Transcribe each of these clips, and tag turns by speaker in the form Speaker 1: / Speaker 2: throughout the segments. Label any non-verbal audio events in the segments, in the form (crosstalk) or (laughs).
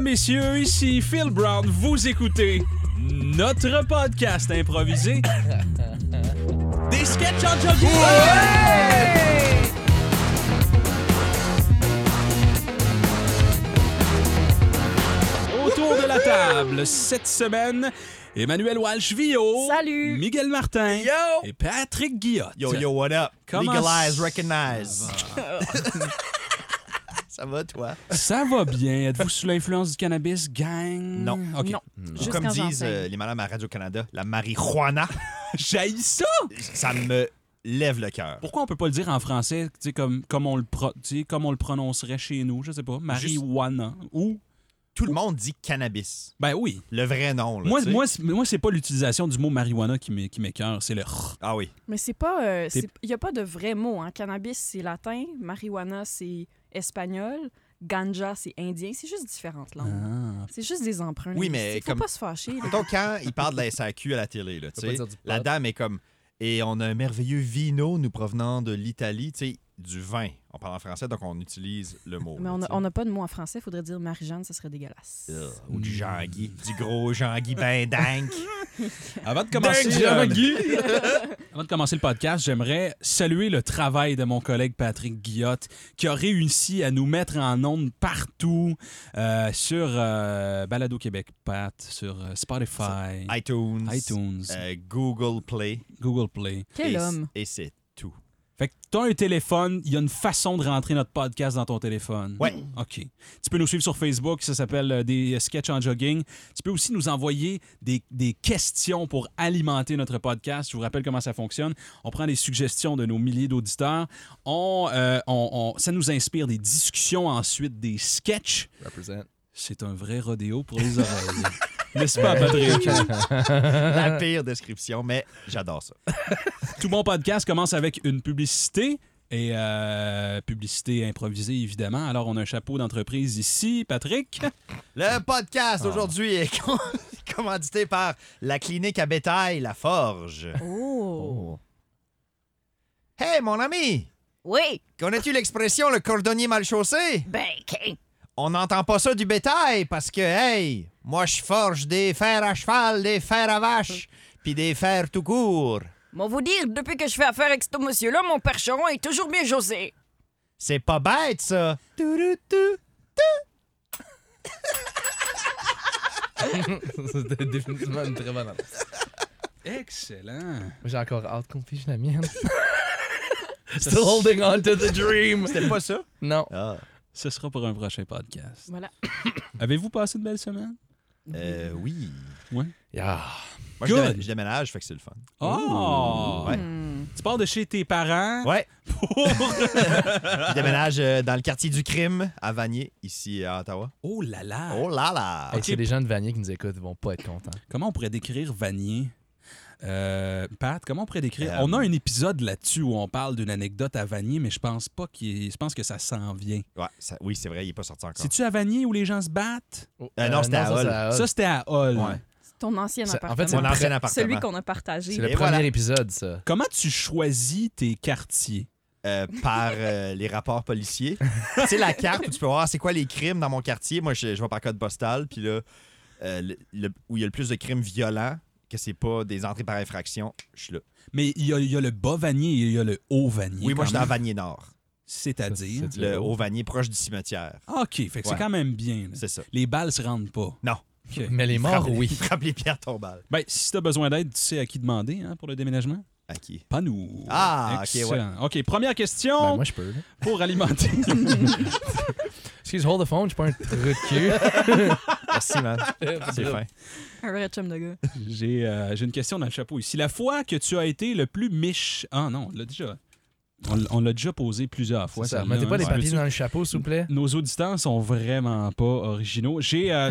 Speaker 1: messieurs, ici Phil Brown, vous écoutez notre podcast improvisé des sketchs en jogging. Autour de la table, cette semaine, Emmanuel Walsh-Vio.
Speaker 2: Salut.
Speaker 1: Miguel Martin.
Speaker 3: Yo.
Speaker 1: Et Patrick Guillotte.
Speaker 3: Yo, yo, what up?
Speaker 1: Comment
Speaker 3: Legalize,
Speaker 1: ça
Speaker 3: recognize. (laughs) ça va, toi?
Speaker 1: Ça va bien? Êtes-vous sous l'influence du cannabis, gang?
Speaker 3: Non.
Speaker 1: OK.
Speaker 2: Non.
Speaker 3: Ou
Speaker 2: Juste
Speaker 3: comme
Speaker 2: quand
Speaker 3: disent
Speaker 2: j'enseigne.
Speaker 3: euh, les madames à Radio-Canada, la marijuana,
Speaker 1: J'haïs ça!
Speaker 3: ça me lève le cœur.
Speaker 1: Pourquoi on peut pas le dire en français, tu sais, comme, comme, on le pro- tu sais, comme on le prononcerait chez nous, je sais pas, marijuana ou...
Speaker 3: Tout le monde dit cannabis.
Speaker 1: Ben oui.
Speaker 3: Le vrai nom, là,
Speaker 1: Moi,
Speaker 3: tu sais.
Speaker 1: moi, c'est- moi c'est pas l'utilisation du mot marijuana qui m'é- qui m'écœure, c'est le... r.
Speaker 3: Ah oui.
Speaker 2: Mais c'est pas. euh,
Speaker 1: T'es-
Speaker 2: c'est- Il n'y a pas de vrai mot. Hein. Cannabis, c'est latin. Marijuana, c'est espagnol. Ganja, c'est indien. C'est juste différentes langues.
Speaker 1: Ah.
Speaker 2: C'est juste des emprunts.
Speaker 3: Oui, mais
Speaker 2: linguistiques. Faut
Speaker 3: comme- Ah,
Speaker 2: pas se fâcher. là.
Speaker 3: Mettons, quand ils parlent de la SAQ à la télé, là, tu
Speaker 4: pas
Speaker 3: sais,
Speaker 4: dire du pot.
Speaker 3: la dame est comme. Et on a un merveilleux vino nous provenant de l'Italie, tu sais, du vin. On parle en français, donc on utilise le mot.
Speaker 2: Mais
Speaker 3: là,
Speaker 2: on n'a
Speaker 3: tu sais.
Speaker 2: on n'a pas de mot en français. Il faudrait dire Marie-Jeanne, ça serait dégueulasse.
Speaker 3: Euh, Ou du Jean-Guy. Du gros Jean-Guy ben dingue.
Speaker 1: Avant, de commencer, euh,
Speaker 3: Dingue, Jean.
Speaker 1: Avant de commencer le podcast, j'aimerais saluer le travail de mon collègue Patrick Guillotte, qui a réussi à nous mettre en ondes partout euh, sur euh, Balado Québec, Pat, sur euh, Spotify,
Speaker 3: iTunes.
Speaker 1: iTunes,
Speaker 3: euh, Google Play.
Speaker 1: Google Play.
Speaker 2: Quel
Speaker 3: et,
Speaker 2: homme.
Speaker 3: Et c'est tout.
Speaker 1: Fait que t'as un téléphone, il y a une façon de rentrer notre podcast dans ton téléphone.
Speaker 3: Ouais.
Speaker 1: OK. Tu peux nous suivre sur Facebook, ça s'appelle euh, des sketchs en jogging. Tu peux aussi nous envoyer des, des questions pour alimenter notre podcast. Je vous rappelle comment ça fonctionne. On prend des suggestions de nos milliers d'auditeurs. On, euh, on- on- ça nous inspire des discussions ensuite, des sketchs.
Speaker 4: Represent.
Speaker 1: C'est un vrai rodéo pour les oreilles. (laughs) N'est-ce pas, Patrick?
Speaker 3: La pire description, mais j'adore ça.
Speaker 1: Tout bon podcast commence avec une publicité. Et euh, publicité improvisée, évidemment. Alors, on a un chapeau d'entreprise ici, Patrick.
Speaker 3: Le podcast aujourd'hui est (laughs) com- commandité par la clinique à bétail La Forge.
Speaker 2: Oh.
Speaker 3: Hey, mon ami!
Speaker 2: Oui.
Speaker 3: Connais-tu l'expression le cordonnier mal chaussé?
Speaker 2: Ben, qu'est-
Speaker 3: On n'entend pas ça du bétail parce que, hey, moi je forge des fers à cheval, des fers à vache, puis des fers tout court.
Speaker 2: Moi, vous dire, depuis que je fais affaire avec ce monsieur-là, mon percheron est toujours bien josé.
Speaker 3: C'est pas bête, ça! Touroutou.
Speaker 4: (laughs) C'était définitivement une très bonne annonce.
Speaker 1: Excellent.
Speaker 4: J'ai encore hâte qu'on fiche la (laughs) mienne. Still holding on to the dream.
Speaker 3: C'était pas ça?
Speaker 4: Non.
Speaker 3: Ah.
Speaker 1: Ce sera pour un prochain podcast.
Speaker 2: Voilà.
Speaker 1: Avez-vous passé une belle semaine?
Speaker 3: Euh, oui.
Speaker 4: Yeah.
Speaker 3: Moi, je,
Speaker 1: Good.
Speaker 3: déménage, je déménage, fait que c'est le fun.
Speaker 1: Oh!
Speaker 3: Ouais.
Speaker 2: Hmm.
Speaker 1: Tu pars de chez tes parents.
Speaker 2: Ah.
Speaker 3: (laughs) Ouais.
Speaker 1: pour-
Speaker 3: Je déménage euh, dans le quartier du crime à Vanier, ici à Ottawa.
Speaker 1: oh là
Speaker 2: Ah.
Speaker 1: là!
Speaker 3: Oh là là!
Speaker 4: Ah, Hey, s'il y a des gens de Vanier qui nous écoutent, ils vont pas être contents.
Speaker 1: Comment on pourrait décrire Vanier? Euh, Pat, comment on pourrait décrire?
Speaker 3: Euh,
Speaker 1: On a un épisode là-dessus où on parle d'une anecdote à Vanier, mais je pense pas qu'il. est- Je pense que ça s'en vient.
Speaker 3: Ouais, ça- oui, c'est vrai, il est pas sorti encore.
Speaker 1: C'est-tu à Vanier où les gens se battent?
Speaker 3: Euh, non, c'était à
Speaker 4: Oh.
Speaker 3: Hall.
Speaker 4: ça, c'est à Hall.
Speaker 1: Ça, c'était à Hall.
Speaker 3: Ouais.
Speaker 2: C'est ton ancien
Speaker 4: Ça-
Speaker 2: appartement.
Speaker 4: en fait, c'est
Speaker 3: Mon
Speaker 4: le
Speaker 3: ancien
Speaker 4: pre-
Speaker 3: appartement.
Speaker 2: Celui qu'on a partagé.
Speaker 4: C'est le
Speaker 3: Et
Speaker 4: premier
Speaker 3: voilà.
Speaker 4: épisode, ça.
Speaker 1: Comment tu choisis tes quartiers?
Speaker 3: Euh, par euh, les rapports policiers. tu sais, la carte où tu peux voir c'est quoi les crimes dans mon quartier. Moi, je, je vais par code postal, puis là, euh, le- le- où il y a le plus de crimes violents, que c'est pas des entrées par infraction, je suis là.
Speaker 1: Mais il y, a- il y a le bas Vanier et il y a le haut Vanier.
Speaker 3: Oui,
Speaker 1: quand
Speaker 3: moi, je suis dans
Speaker 1: même.
Speaker 3: Vanier-Nord,
Speaker 1: C'est-à-dire. Ah,
Speaker 4: C'est-
Speaker 3: le haut Vanier, proche du cimetière.
Speaker 1: OK, fait que c'est
Speaker 3: Ouais.
Speaker 1: quand même bien. là.
Speaker 3: C'est ça.
Speaker 1: Les balles se rendent pas.
Speaker 3: Non.
Speaker 1: OK.
Speaker 4: Mais les morts,
Speaker 3: Frappe-
Speaker 4: oui.
Speaker 3: Frappe les pierres tombales.
Speaker 1: Ben, si t'as besoin d'aide, tu sais à qui demander hein, pour le déménagement?
Speaker 3: À qui?
Speaker 1: Pas nous.
Speaker 3: Ah, ok,
Speaker 1: Excellent. OK, première question
Speaker 4: Ben, moi, je peux. là.
Speaker 1: (laughs) pour (laughs) alimenter.
Speaker 4: Excuse, hold the phone, je suis pas un truc de cul.
Speaker 3: Merci, man. C'est fin.
Speaker 2: Un vrai chum de gars.
Speaker 1: J'ai euh, j'ai une question dans le chapeau ici. La fois que tu as été le plus miche. Ah non, on l'a déjà. On l- On l'a déjà posé plusieurs fois.
Speaker 4: C'est ça.
Speaker 1: celle-là,
Speaker 4: Mettez pas
Speaker 1: hein,
Speaker 4: des
Speaker 1: tu
Speaker 4: papiers
Speaker 1: peux-tu-
Speaker 4: dans le chapeau, s'il vous plaît.
Speaker 1: Nos auditeurs sont vraiment pas originaux. J'ai euh,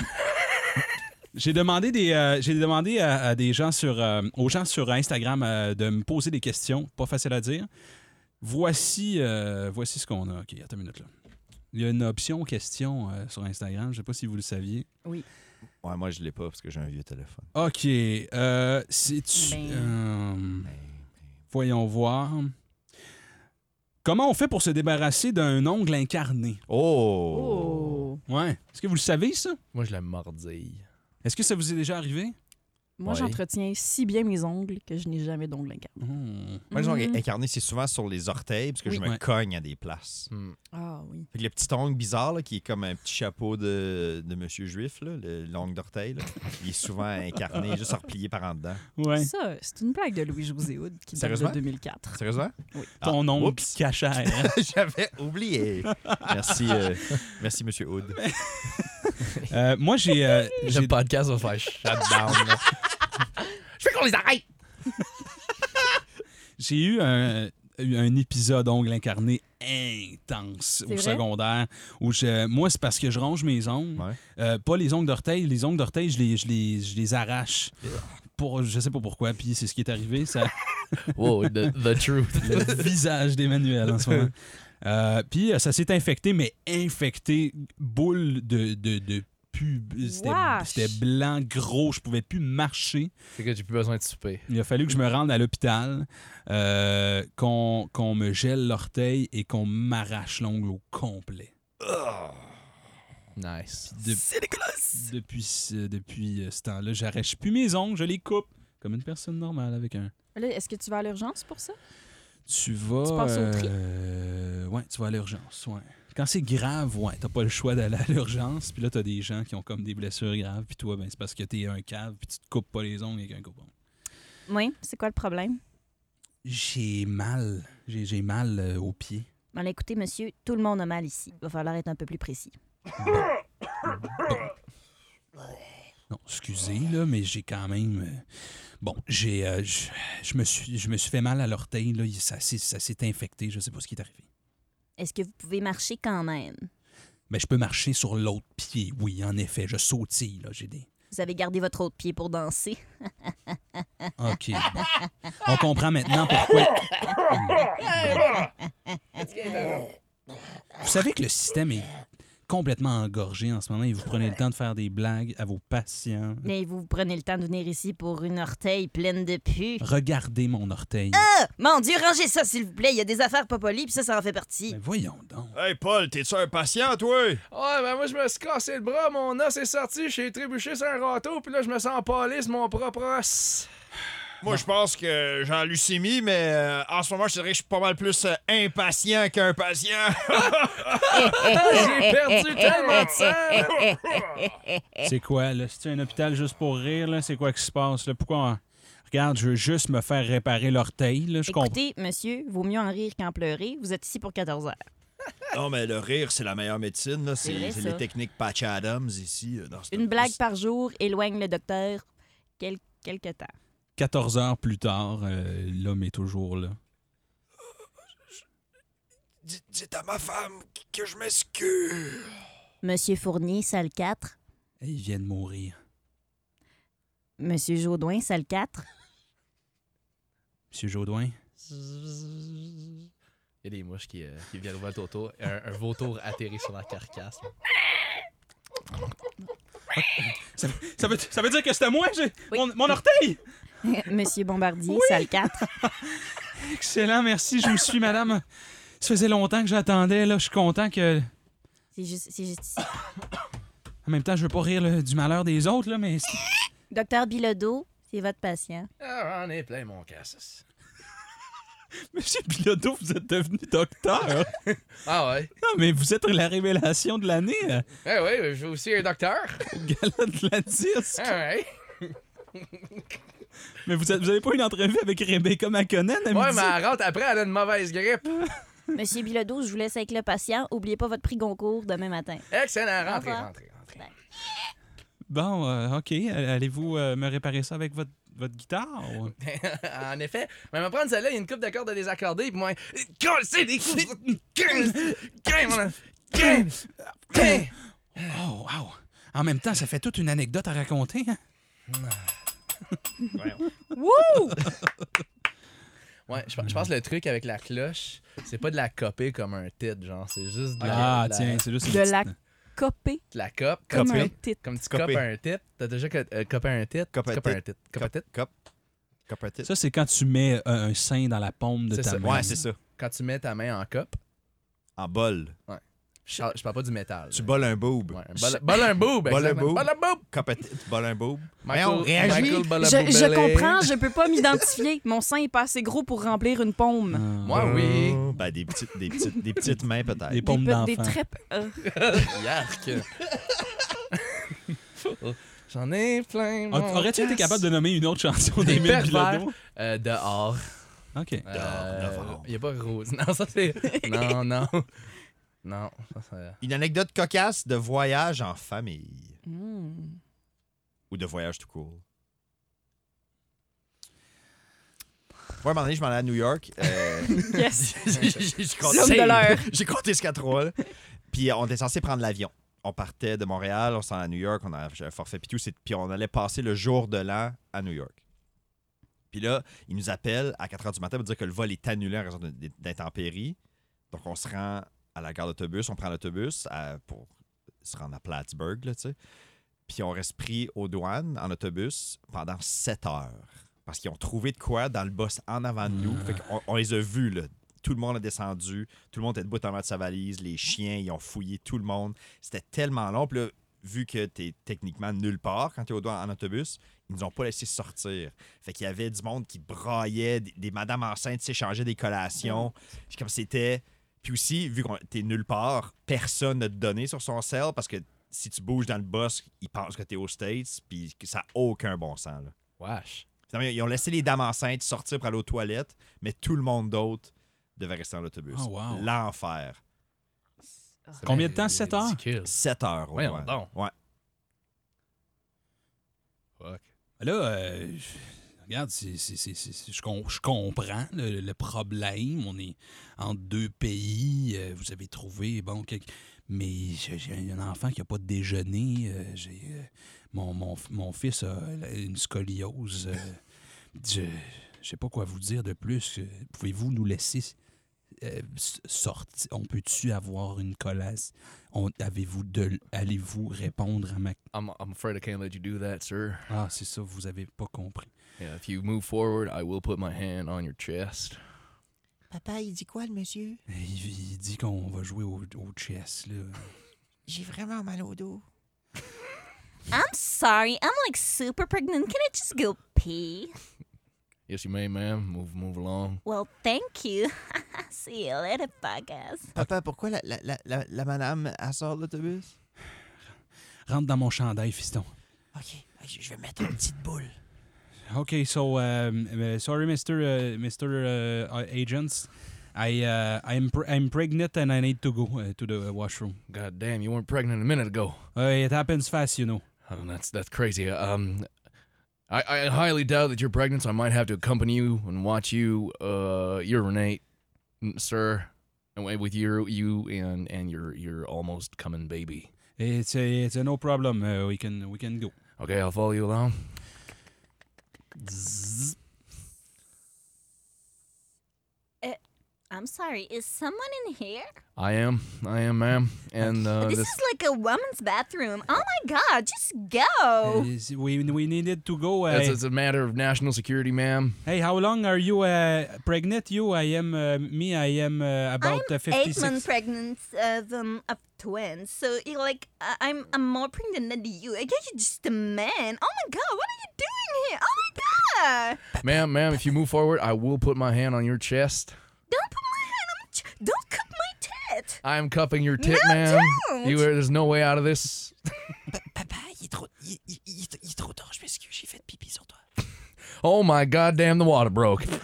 Speaker 1: j'ai demandé des euh, j'ai demandé à, à des gens sur euh, aux gens sur Instagram euh, de me poser des questions, pas facile à dire. Voici euh, voici ce qu'on a. OK, attends une minute là. Il y a une option question euh, sur Instagram, je sais pas si vous le saviez.
Speaker 3: Ouais, moi, je l'ai pas parce que j'ai un vieux téléphone.
Speaker 1: OK, euh, c'est tu
Speaker 2: Ben.
Speaker 1: euh, voyons voir. Comment on fait pour se débarrasser d'un ongle incarné
Speaker 3: Oh!
Speaker 2: Oh.
Speaker 1: Ouais. Est-ce que vous le savez, ça?
Speaker 4: Moi, je la mordille.
Speaker 1: Est-ce que ça vous est déjà arrivé?
Speaker 2: Moi,
Speaker 4: Ouais.
Speaker 2: j'entretiens si bien mes ongles que je n'ai jamais d'ongles incarnés.
Speaker 1: Hmm.
Speaker 3: Moi, les ongles
Speaker 2: Mhm.
Speaker 3: incarnés, c'est souvent sur les orteils, parce que je
Speaker 1: Oui.
Speaker 3: me
Speaker 1: Ouais.
Speaker 3: cogne à des places.
Speaker 4: Hmm.
Speaker 2: Ah oui.
Speaker 3: Fait que le petit ongle bizarre, là, qui est comme un petit chapeau de, de monsieur juif, là, le- l'ongle d'orteil, là, il est souvent incarné, juste replié par en dedans.
Speaker 1: Ouais.
Speaker 2: Ça, c'est une blague de Louis-José Hood qui date de
Speaker 3: Sérieusement?
Speaker 2: 2004.
Speaker 3: Sérieusement?
Speaker 1: Ton
Speaker 3: Ah,
Speaker 1: oncle
Speaker 3: oups. (laughs)
Speaker 1: cachère.
Speaker 3: J'avais oublié. Merci, euh, merci monsieur Hood.
Speaker 1: (laughs) Euh, moi, j'ai. euh, (laughs)
Speaker 4: Le
Speaker 1: j'ai-
Speaker 4: podcast va faire (laughs) shutdown. là. je veux qu'on les arrête!
Speaker 1: J'ai eu un, eu un épisode ongle incarné intense au
Speaker 2: vrai?
Speaker 1: secondaire où je, moi, c'est parce que je ronge mes ongles.
Speaker 3: Ouais.
Speaker 1: Euh, pas les ongles d'orteil. Les ongles d'orteil, je les, je les, je les arrache. Pour, je sais pas pourquoi, puis c'est ce qui est arrivé. Ça,
Speaker 4: Wow, Oh, the, the truth.
Speaker 1: le visage d'Emmanuel en ce moment. Euh, puis euh, ça s'est infecté, mais infecté, boule de, de, de pub. C'était
Speaker 2: Wesh.
Speaker 1: c'était blanc, gros, je pouvais plus marcher.
Speaker 4: C'est que j'ai plus besoin de souper.
Speaker 1: Il a fallu que je me rende à l'hôpital, euh, qu'on qu'on me gèle l'orteil et qu'on m'arrache l'ongle au complet.
Speaker 4: Nice.
Speaker 1: De-
Speaker 2: C'est dégueulasse!
Speaker 1: depuis ce, depuis euh, ce temps-là, j'arrache plus mes ongles, je les coupe comme une personne normale avec un.
Speaker 2: Là, Est-ce que tu vas à l'urgence pour ça?
Speaker 1: Tu vas.
Speaker 2: Tu passes au tri?
Speaker 1: euh, ouais, tu vas à l'urgence. Ouais. Quand c'est grave, ouais, t'as pas le choix d'aller à l'urgence. Puis là, t'as des gens qui ont comme des blessures graves. Puis toi, ben, c'est parce que t'es un cave. Puis tu te coupes pas les ongles avec un coupon.
Speaker 2: Oui, c'est quoi le problème?
Speaker 1: J'ai mal. J'ai j'ai mal euh, aux pieds.
Speaker 2: Bon, écoutez, monsieur, tout le monde a mal ici. Il va falloir être un peu plus précis.
Speaker 1: Non, excusez, là, mais j'ai quand même. euh, Bon, j'ai. euh, je je me, suis, je me suis fait mal à l'orteil, là. il- Ça, s'est- ça s'est infecté, je sais pas ce qui est arrivé.
Speaker 2: Est-ce que vous pouvez marcher quand même?
Speaker 1: Mais je peux marcher sur l'autre pied, oui, en effet. Je sautille, là, j'ai des.
Speaker 2: Vous avez gardé votre autre pied pour danser?
Speaker 1: OK. bon. On comprend maintenant pourquoi. Vous savez que le système est complètement engorgé en ce moment et vous prenez le temps de faire des blagues à vos patients.
Speaker 2: Mais vous, vous prenez le temps de venir ici pour une orteil pleine de pu.
Speaker 1: Regardez mon orteil.
Speaker 2: Mon Dieu, rangez ça, s'il vous plaît. Il y a des affaires pas polies, puis ça, ça en fait partie.
Speaker 1: Mais voyons donc.
Speaker 3: Hey Paul, t'es-tu un patient, toi?
Speaker 4: Ouais, ben moi, je me suis cassé le bras, mon os est sorti, j'ai trébuché sur un râteau, puis là, je me sens pâlé sur mon propre os.
Speaker 3: Moi, je pense que j'ai en leucémie, mais euh, en ce moment, je dirais que je suis pas mal plus euh, impatient qu'un patient.
Speaker 4: Ah,
Speaker 2: (laughs)
Speaker 4: J'ai perdu tellement de sang. là.
Speaker 1: C'est quoi, là? C'est un hôpital juste pour rire, là? C'est quoi qui se passe, là? Pourquoi on- Regarde, je veux juste me faire réparer l'orteil, là. Je comprends.
Speaker 2: Écoutez, monsieur, vaut mieux en rire qu'en pleurer. Vous êtes ici pour 14 heures.
Speaker 3: (laughs) non, mais le rire, c'est la meilleure médecine. là.
Speaker 2: C'est vrai,
Speaker 3: C'est c'est
Speaker 2: ça.
Speaker 3: les techniques Patch Adams ici. euh, dans cette-
Speaker 2: Une blague par jour éloigne le docteur quel- quelque temps.
Speaker 1: 14 heures plus tard, euh, l'homme est toujours là.
Speaker 3: Dites dites à ma femme que je m'excuse.
Speaker 2: Monsieur Fournier, salle 4.
Speaker 1: Et il vient de mourir.
Speaker 2: Monsieur Jaudoin, salle 4.
Speaker 1: Monsieur Jaudoin?
Speaker 4: Il y a des mouches qui, euh, qui viennent voir le toto. Un, un vautour atterrit sur la carcasse.
Speaker 1: Ça veut, ça veut dire que c'était moi, j'ai- mon, mon orteil!
Speaker 2: Euh, Monsieur Bombardier, salle 4.
Speaker 1: Excellent, merci, je vous suis, madame. Ça faisait longtemps que j'attendais, là. Je suis content que...
Speaker 2: C'est juste, c'est juste ici.
Speaker 1: En même temps, je veux pas rire là, du malheur des autres, là, mais... c'est-
Speaker 2: Docteur Bilodeau, c'est votre patient.
Speaker 4: Ah, on est plein, mon cassis.
Speaker 1: (laughs) Monsieur Piloto, vous êtes devenu docteur!
Speaker 4: Ah ouais?
Speaker 1: Non, mais vous êtes la révélation de l'année, euh,
Speaker 4: Ah ouais, je suis aussi un docteur.
Speaker 1: au gala de la disque.
Speaker 4: Ah
Speaker 2: (laughs)
Speaker 4: ouais?
Speaker 1: Mais vous n'avez pas une entrevue avec Rebecca McConnell à
Speaker 4: Ouais,
Speaker 1: midi?
Speaker 4: mais elle rentre après, elle a une mauvaise grippe.
Speaker 2: Monsieur Bilodeau, je vous laisse avec le patient. Oubliez pas votre prix Goncourt demain matin.
Speaker 4: Excellent,
Speaker 2: Au
Speaker 4: rentrez,
Speaker 2: revoir.
Speaker 4: rentrez, rentrez.
Speaker 1: Bon, euh, OK. euh, Allez-vous euh, me réparer ça avec votre, votre guitare? ou-
Speaker 4: en effet, mais me prendre celle-là, il y a une coupe de cordes à désaccorder, puis moi, Colle, c'est des coups de- Colle, colle, mon ami. Colle, colle.
Speaker 1: Oh, wow! En même temps, ça fait toute une anecdote à raconter. hein?
Speaker 4: Ouais, je, pe- je pense que le truc avec la cloche, c'est pas de la copier comme un titre, genre, c'est juste de la,
Speaker 1: ah,
Speaker 4: de la-
Speaker 1: tiens, c'est juste une
Speaker 2: De
Speaker 1: petite-
Speaker 2: la copé
Speaker 4: de la cope.
Speaker 2: comme
Speaker 4: Comme,
Speaker 2: un
Speaker 4: tu-
Speaker 2: titre.
Speaker 4: comme tu
Speaker 3: Copé.
Speaker 4: copes un titre, t'as déjà co- euh, copé un titre,
Speaker 3: Copé
Speaker 4: tu
Speaker 3: un
Speaker 4: copes un
Speaker 3: titre.
Speaker 4: titre, copé un titre.
Speaker 3: Cop. Cop un titre.
Speaker 1: Ça, c'est quand tu mets euh, un sein dans la paume de
Speaker 4: C'est
Speaker 1: ta
Speaker 4: ça.
Speaker 1: main.
Speaker 3: Ouais, c'est ça.
Speaker 4: Quand tu mets ta main en cope,
Speaker 3: En bol.
Speaker 4: je Je parle- je parle pas du métal.
Speaker 3: Tu boles un boob.
Speaker 4: Ouais, un bol- bol un boob.
Speaker 3: Bol un
Speaker 4: exactement.
Speaker 3: boob.
Speaker 4: Bol un boob.
Speaker 3: Compétit- Tu boles un boob.
Speaker 4: Michael-
Speaker 3: Voyons, réagis.
Speaker 4: Michael Bol
Speaker 2: Je,
Speaker 4: un boob
Speaker 2: je
Speaker 4: belly.
Speaker 2: comprends, je
Speaker 3: (laughs)
Speaker 2: peux pas m'identifier. Mon sein est pas assez gros pour remplir une
Speaker 1: Ah,
Speaker 2: paume.
Speaker 4: Moi, oui.
Speaker 3: Ben, des petites, des petites, des petites mains, peut-être.
Speaker 1: Des
Speaker 2: Des,
Speaker 1: paumes
Speaker 2: pe- des
Speaker 1: d'enfant.
Speaker 2: tripes.
Speaker 3: (laughs)
Speaker 2: euh.
Speaker 4: Yark. (laughs) J'en ai plein.
Speaker 1: A-
Speaker 4: mon
Speaker 1: Aurais-tu été
Speaker 4: casse.
Speaker 1: capable de nommer une autre chanson
Speaker 4: Des
Speaker 1: d'Émile
Speaker 4: pervers.
Speaker 1: Bilodeau?
Speaker 4: Euh, dehors.
Speaker 1: OK.
Speaker 3: dehors.
Speaker 4: Il n'y a pas rose. Non, ça c'est. Euh, (laughs) Non, non. Non, ça euh, c'est.
Speaker 3: Une anecdote cocasse de voyage en famille.
Speaker 2: Hmm.
Speaker 3: Ou de voyage tout court. Moi, un moment donné, je m'en allais à New York. euh, (laughs)
Speaker 2: Yes.
Speaker 3: j'ai- j'ai- j'ai compté-
Speaker 2: L'homme de l'heure.
Speaker 3: (laughs) J'ai compté jusqu'à trois. là. Puis euh, on était censé prendre l'avion. On partait de Montréal, on s'en allait à New York, on avait un forfait puis tout. c'est- Puis on allait passer le jour de l'an à New York. Puis là, ils nous appellent à 4 h du matin pour dire que le vol est annulé en raison de- d'intempéries. Donc on se rend à la gare d'autobus, on prend l'autobus à- pour se rendre à Plattsburgh, là, tu sais. Puis on reste pris aux douanes en autobus pendant 7 heures. Parce qu'ils ont trouvé de quoi dans le boss en avant de nous. Fait qu'on on les a vus, là. Tout le monde a descendu. Tout le monde était debout en bas de sa valise. Les chiens, ils ont fouillé tout le monde. C'était tellement long. Puis là, vu que t'es techniquement nulle part quand t'es aux douanes en autobus, ils nous ont pas laissé sortir. Fait qu'il y avait du monde qui braillait, des, des madames enceintes s'échangeaient des collations. C'est comme c'était... Puis aussi, vu qu'on t'es nulle part, personne ne te donnait sur son cell parce que si tu bouges dans le boss, ils pensent que t'es aux States, puis que ça n'a aucun bon sens. Là.
Speaker 4: Wesh.
Speaker 3: Finalement, ils ont laissé les dames enceintes sortir pour aller aux toilettes, mais tout le monde d'autre devait rester dans l'autobus.
Speaker 1: Oh, wow.
Speaker 3: L'enfer.
Speaker 1: Combien de temps, sept heures?
Speaker 4: Ridicule.
Speaker 3: 7 heures. au
Speaker 4: Voyons
Speaker 3: moins.
Speaker 4: donc.
Speaker 3: Ouais.
Speaker 4: Fuck.
Speaker 1: Là, euh, je- regarde, c'est- c'est- c'est- c'est- je, com- je comprends le, le problème. On est entre deux pays. euh, vous avez trouvé, bon, quelque- mais j'ai j'ai un enfant qui n'a pas déjeuné. euh, j'ai, euh, mon, mon, f- mon fils a la- une scoliose. euh, je ne sais pas quoi vous dire de plus. euh, Pouvez-vous nous laisser euh, s- sortir? On peut-tu avoir une colasse? On- Avez-vous de l- Allez-vous répondre à ma...
Speaker 4: I'm, I'm afraid I can't let you do that, sir.
Speaker 1: Ah, c'est ça, vous avez pas compris.
Speaker 4: Yeah, if you move forward, I will put my hand on your chest.
Speaker 5: Papa, il dit quoi, le monsieur?
Speaker 1: Et Ben, Il, il dit qu'on va jouer au, au chess, là.
Speaker 5: J'ai vraiment mal au dos.
Speaker 6: I'm sorry. I'm like super pregnant. Can I just go pee?
Speaker 4: Yes, you may, ma'am. Move, move along.
Speaker 6: Well, thank you. (laughs) See you later, fuckers.
Speaker 3: Papa, pourquoi la, la, la, la, la madame, elle sort de l'autobus?
Speaker 1: Rentre dans mon chandail, fiston.
Speaker 5: OK, ok, je vais mettre une petite boule.
Speaker 1: OK, so, um, uh, sorry, Mr. uh, Mr. uh, agents. I, uh, I'm, pr- I'm pregnant and I need to go uh, to the washroom.
Speaker 4: God damn, you weren't pregnant a minute ago.
Speaker 1: Uh, it happens fast, you know.
Speaker 4: Oh, that's that's crazy. Um, I, I highly doubt that you're pregnant, so I might have to accompany you and watch you uh urinate, n- sir, and wait with your you and and your your almost coming baby.
Speaker 1: It's a, it's a no problem. Uh, we can we can go.
Speaker 4: Okay, I'll follow you along.
Speaker 6: I'm sorry. Is someone in here?
Speaker 4: I am, I am, ma'am, and uh,
Speaker 6: (laughs) this,
Speaker 4: this.
Speaker 6: is like a woman's bathroom. Oh my god, just go.
Speaker 1: Is- Uh, we, we needed to go. uh,
Speaker 4: It's, it's a matter of national security, ma'am.
Speaker 1: hey, how long are you uh, pregnant? You, I am, uh, me, I am uh, about uh,
Speaker 6: Eight
Speaker 1: 56.
Speaker 6: months pregnant uh, um, of twins. So you're like, uh, I'm, I'm more pregnant than you. I guess you're just a man. Oh my god, what are you doing here? Oh my god.
Speaker 4: Ma'am, ma'am, if you move forward, I will put my hand on your chest.
Speaker 6: Don't put my hand on my ch- Don't cup my tit.
Speaker 4: I am cupping your tit,
Speaker 6: No,
Speaker 4: ma'am.
Speaker 6: don't.
Speaker 4: You are, there's no way out of this.
Speaker 5: Papa, il est trop, il, il- il est- il est trop tard, je m'excuse, j'ai fait pipi sur toi.
Speaker 4: (laughs) Oh my goddamn, the water
Speaker 5: (laughs)
Speaker 4: broke.
Speaker 6: Oh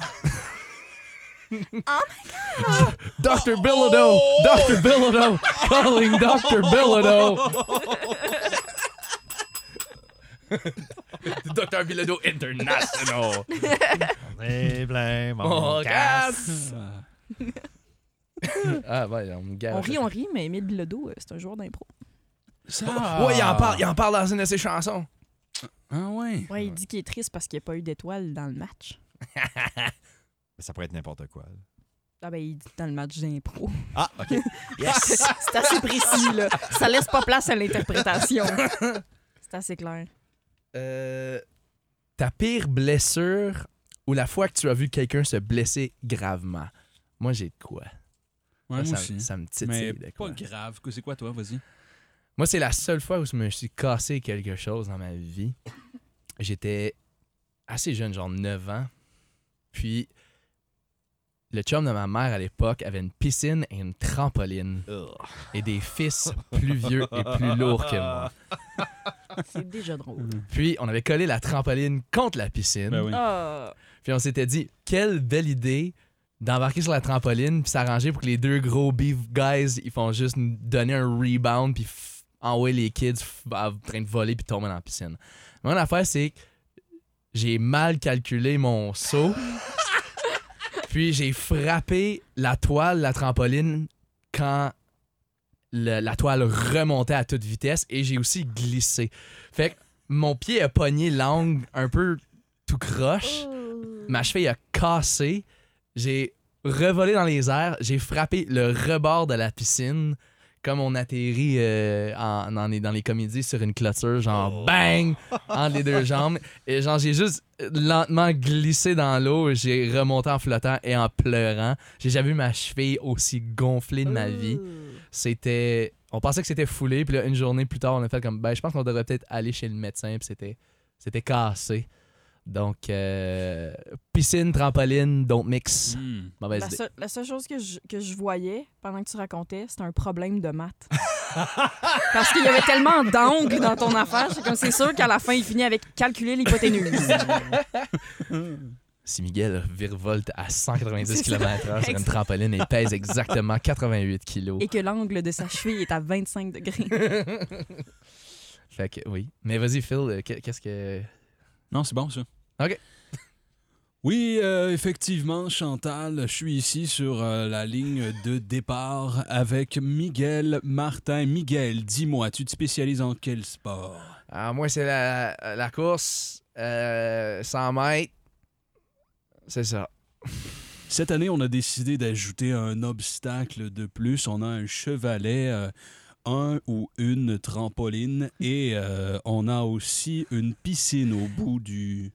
Speaker 6: my god.
Speaker 5: Oh!
Speaker 4: Dr. Bilodeau, Dr. Bilodeau, calling Dr. (laughs) Bilodeau. Dr. Bilodeau
Speaker 5: (laughs)
Speaker 4: International.
Speaker 3: Les blêmes,
Speaker 4: Oh,
Speaker 3: on casse.
Speaker 1: Ah.
Speaker 4: Ah, ben, on me gave.
Speaker 2: On rit, on rit, mais Émile Bilodeau, euh, c'est un joueur d'impro.
Speaker 1: Ça.
Speaker 4: Ouais, il en parle, il en parle dans une de ses chansons.
Speaker 1: Ah ouais.
Speaker 2: Ouais, il dit qu'il est triste parce qu'il n'y a pas eu d'étoile dans le match.
Speaker 3: Mais Ça pourrait être n'importe quoi. là.
Speaker 2: Ah ben, il dit dans le match d'impro.
Speaker 3: Ah, OK. Yes!
Speaker 2: (laughs) c'est assez précis, là. Ça laisse pas place à l'interprétation. C'est assez clair.
Speaker 4: (laughs) Euh, ta pire blessure ou la fois que tu as vu quelqu'un se blesser gravement. Moi, j'ai de quoi.
Speaker 1: Ouais, moi
Speaker 4: ça,
Speaker 1: aussi.
Speaker 4: ça me titille.
Speaker 1: Mais
Speaker 4: de
Speaker 1: pas
Speaker 4: quoi.
Speaker 1: grave. C'est quoi, toi? Vas-y.
Speaker 4: Moi, c'est la seule fois où je me suis cassé quelque chose dans ma vie. J'étais assez jeune, genre 9 ans. Puis, le chum de ma mère à l'époque avait une piscine et une trampoline. Et des fils plus (laughs) vieux et plus lourds
Speaker 1: (laughs)
Speaker 4: que moi.
Speaker 2: C'est déjà drôle.
Speaker 1: Oh.
Speaker 4: Puis, on avait collé la trampoline contre la piscine.
Speaker 1: Ben oui.
Speaker 6: Oh.
Speaker 2: Ah,
Speaker 4: Puis, on s'était dit, quelle belle idée d'embarquer sur la trampoline puis s'arranger pour que les deux gros beef guys, ils font juste nous donner un rebound puis f- envoyer les kids f- en train de voler puis tomber dans la piscine. Mon affaire, c'est que j'ai mal calculé mon saut. puis j'ai frappé la toile, de la trampoline, quand le- la toile remontait à toute vitesse et j'ai aussi glissé. Fait que mon pied a pogné l'angle un peu tout croche.
Speaker 6: Oh.
Speaker 4: Ma cheville a cassé. J'ai revolé dans les airs. J'ai frappé le rebord de la piscine comme on atterrit euh, en- dans, les, dans les comédies sur une clôture, genre bang, entre les deux jambes. Et genre, j'ai juste lentement glissé dans l'eau. J'ai remonté en flottant et en pleurant. J'ai jamais vu ma cheville aussi gonflée de ma vie
Speaker 2: Euh,
Speaker 4: c'était on pensait que c'était foulé puis là une journée plus tard on a fait comme ben je pense qu'on devrait peut-être aller chez le médecin puis c'était c'était cassé donc euh, piscine trampoline don't mix
Speaker 1: Hmm.
Speaker 4: mauvaise
Speaker 2: la,
Speaker 4: idée
Speaker 2: seule- la seule chose que je, que je voyais pendant que tu racontais, c'était un problème de
Speaker 4: (laughs)
Speaker 2: maths. Parce qu'il y avait tellement d'angles dans ton affaire, c'est comme c'est sûr qu'à la fin, il finit avec calculer
Speaker 4: (laughs)
Speaker 2: l'hypoténuse.
Speaker 4: si Miguel virevolte
Speaker 2: (laughs)
Speaker 4: à 190
Speaker 2: C'est ça.
Speaker 4: km/h sur une
Speaker 2: Exact.
Speaker 4: trampoline et pèse
Speaker 2: (laughs)
Speaker 4: exactement 88 kilos
Speaker 2: Et que l'angle de sa cheville est à 25 degrés.
Speaker 4: fait que oui mais vas-y Phil euh, qu'est- qu'est-ce que
Speaker 1: Non, c'est bon, ça.
Speaker 4: OK.
Speaker 1: (laughs) Oui, euh, effectivement, Chantal, je suis ici sur euh, la ligne de départ avec Miguel Martin. Miguel, dis-moi, tu te spécialises en quel sport?
Speaker 4: Ah, moi, c'est la, la course euh, 100 mètres. C'est ça.
Speaker 1: Cette année, on a décidé d'ajouter un obstacle de plus. On a un chevalet, euh, un ou une trampoline et euh, on a aussi une piscine au bout du...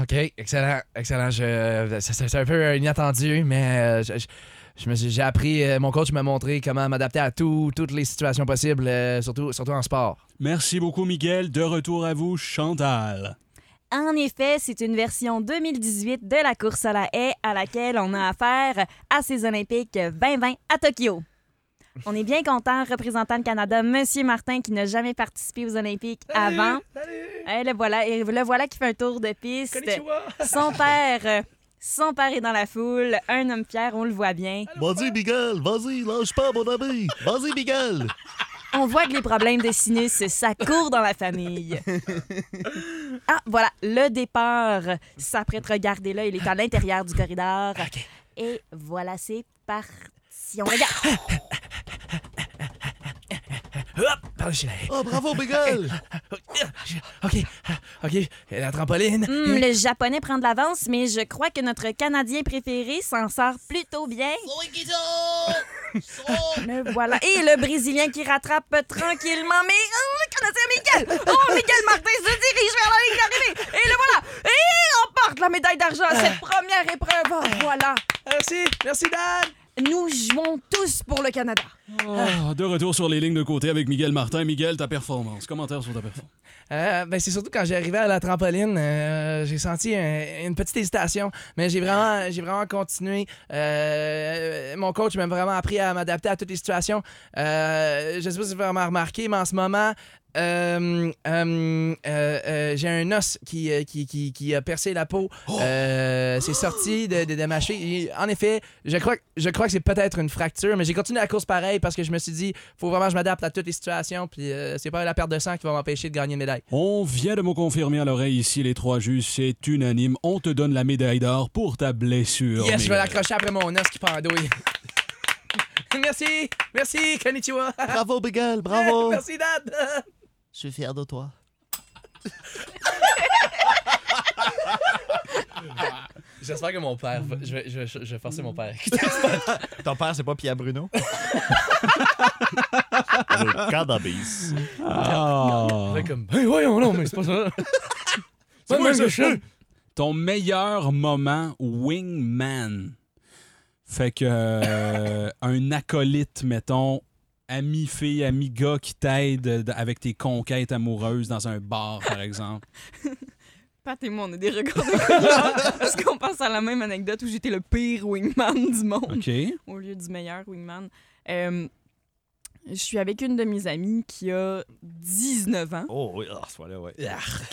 Speaker 4: OK, excellent, excellent. Je, c'est- c'est c'est un peu inattendu, mais euh, je- je- je me suis- j'ai appris, euh, mon coach m'a montré comment m'adapter à tout- toutes les situations possibles, euh, surtout, surtout en sport.
Speaker 1: Merci beaucoup, Miguel. De retour à vous, Chantal.
Speaker 6: En effet, c'est une version 2018 de la course à la haie à laquelle on a affaire à ces Olympiques 2020 à Tokyo. On est bien content, représentant le Canada, Monsieur Martin, qui n'a jamais participé aux Olympiques avant. Eh, le voilà, et le voilà qui fait un tour de piste. Son père, euh, son père est dans la foule, un homme fier, on le voit bien.
Speaker 3: Vas-y, Miguel, vas-y, lâche pas, mon ami. Vas-y, Miguel.
Speaker 6: On voit que les problèmes de sinus, ça court dans la famille. Ah, voilà, le départ s'apprête. Regardez-le, il est à l'intérieur du corridor. Et voilà, c'est parti. On regarde.
Speaker 4: Hop, par chez la-
Speaker 3: Oh, bravo,
Speaker 5: (laughs)
Speaker 3: Miguel.
Speaker 4: OK, euh, OK, et la trampoline.
Speaker 2: Mm,
Speaker 6: Hum, le japonais prend de l'avance, mais je crois que notre Canadien préféré s'en sort plutôt bien. (laughs) Le voilà. Et le Brésilien qui rattrape tranquillement, mais oh, le Canadien Miguel! Oh, Miguel Martin se dirige vers la ligne d'arrivée! Et le voilà! Et remporte la médaille d'argent à cette première épreuve! Oh, voilà!
Speaker 4: Merci, merci Dan.
Speaker 6: Nous jouons tous pour le Canada.
Speaker 1: Ah, de retour sur les lignes de côté avec Miguel Martin. Miguel, ta performance. Commentaire sur ta performance.
Speaker 4: Euh, ben c'est surtout quand j'ai arrivé à la trampoline, euh, j'ai senti un- une petite hésitation, mais j'ai vraiment, j'ai vraiment continué. Euh, mon coach m'a vraiment appris à m'adapter à toutes les situations. Euh, je sais pas si vous avez remarqué, mais en ce moment, euh, euh, euh, euh, j'ai un os qui, euh, qui, qui, qui a percé la peau. Euh, c'est sorti de, de, de ma cheville. Et En effet, je crois, que- je crois que c'est peut-être une fracture, mais j'ai continué la course pareil parce que je me suis dit, faut vraiment que je m'adapte à toutes les situations. Puis euh, c'est pas la perte de sang qui va m'empêcher de gagner une médaille.
Speaker 1: On vient de me confirmer à l'oreille ici, les trois juges, c'est unanime. On te donne la médaille d'or pour ta blessure.
Speaker 4: yes, je vais
Speaker 1: Miguel.
Speaker 4: l'accrocher après mon os qui pend en douille. (laughs) merci, merci, konnichiwa.
Speaker 3: Bravo, Miguel, bravo.
Speaker 4: merci, Dad.
Speaker 5: Je suis fier de toi.
Speaker 4: J'espère que mon père. va- Je vais, je vais- je vais forcer mon (laughs) père.
Speaker 3: Ton père, c'est pas
Speaker 2: (laughs)
Speaker 3: Pierre Bruno? Le cannabis.
Speaker 1: Ah.
Speaker 4: Fait comme, hey, voyons, non, mais c'est pas (laughs) ça. C'est
Speaker 1: Ton meilleur moment wingman. Fait que euh, (laughs) un acolyte, mettons, ami-fille, ami-gars qui t'aide euh, d- avec tes conquêtes amoureuses dans un bar, par exemple.
Speaker 2: Pat et moi, on a des records de collision. (laughs) Parce qu'on pense à la même anecdote où j'étais le pire wingman du monde
Speaker 1: OK.
Speaker 2: (laughs) au lieu du meilleur wingman. Euh, je suis avec une de mes amies qui a 19 ans.
Speaker 3: Oh, oui, ah, ce là ouais.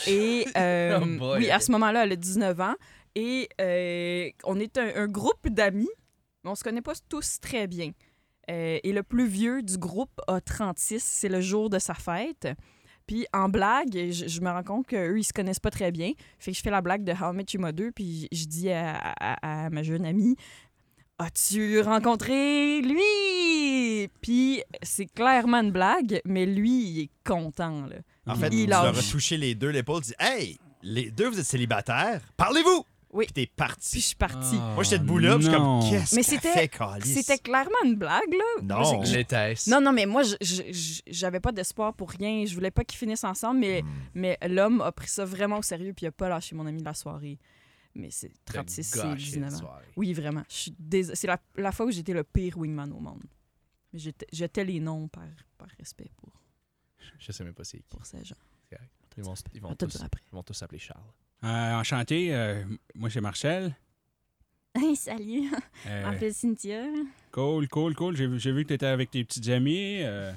Speaker 2: Et euh,
Speaker 4: (laughs) Oh boy.
Speaker 2: oui, à ce moment-là, elle a 19 ans. Et euh, on est un, un groupe d'amis, mais on se connaît pas tous très bien. Euh, et le plus vieux du groupe a 36, c'est le jour de sa fête. Puis en blague, je, je me rends compte qu'eux, ils se connaissent pas très bien. Fait que je fais la blague de How I Met Your Mother, puis je dis à, à- à ma jeune amie, As-tu rencontré lui? Puis c'est clairement une blague, mais lui, il est content, là.
Speaker 3: En
Speaker 1: Mm.
Speaker 3: fait,
Speaker 2: Il
Speaker 3: tu
Speaker 2: lâche.
Speaker 1: Ah.
Speaker 3: leur as touché les deux l'épaule, dit Hey, les deux, vous êtes célibataires, parlez-vous
Speaker 2: Oui.
Speaker 3: Puis t'es
Speaker 2: Puis je
Speaker 3: parti.
Speaker 2: suis partie.
Speaker 3: Moi, j'étais debout là, puis je suis comme
Speaker 1: Oh, Non.
Speaker 3: Qu'est-ce
Speaker 2: Mais
Speaker 3: qu'elle
Speaker 2: c'était-
Speaker 3: fait, câlisse?
Speaker 2: C'était clairement une blague, là.
Speaker 3: Non.
Speaker 2: Moi, j'ai-
Speaker 4: L'était-ce?
Speaker 2: Non, non, mais moi, je- je- je- j'avais pas d'espoir pour rien. Je voulais pas qu'ils finissent ensemble,
Speaker 3: Mm.
Speaker 2: mais, mais l'homme a pris ça vraiment au sérieux puis il a pas lâché mon ami de la soirée. Mais c'est 36 et 19 ans. Oui, vraiment. Je suis dés- C'est la, la fois où j'étais le pire wingman au monde. Mais j'étais- J'étais les noms par, par respect pour,
Speaker 4: Je sais même pas c'est qui.
Speaker 2: pour ces gens.
Speaker 4: Ils vont, ils vont
Speaker 2: On te
Speaker 4: tous
Speaker 2: dira après.
Speaker 4: ils vont tous s'appeler Charles.
Speaker 1: Euh, enchanté, euh, moi c'est Marcel.
Speaker 6: (laughs) (laughs) Salut,
Speaker 1: Euh,
Speaker 6: appelle Cynthia.
Speaker 1: Cool, cool, cool. J'ai vu j'ai vu que t'étais avec tes petits amis. euh,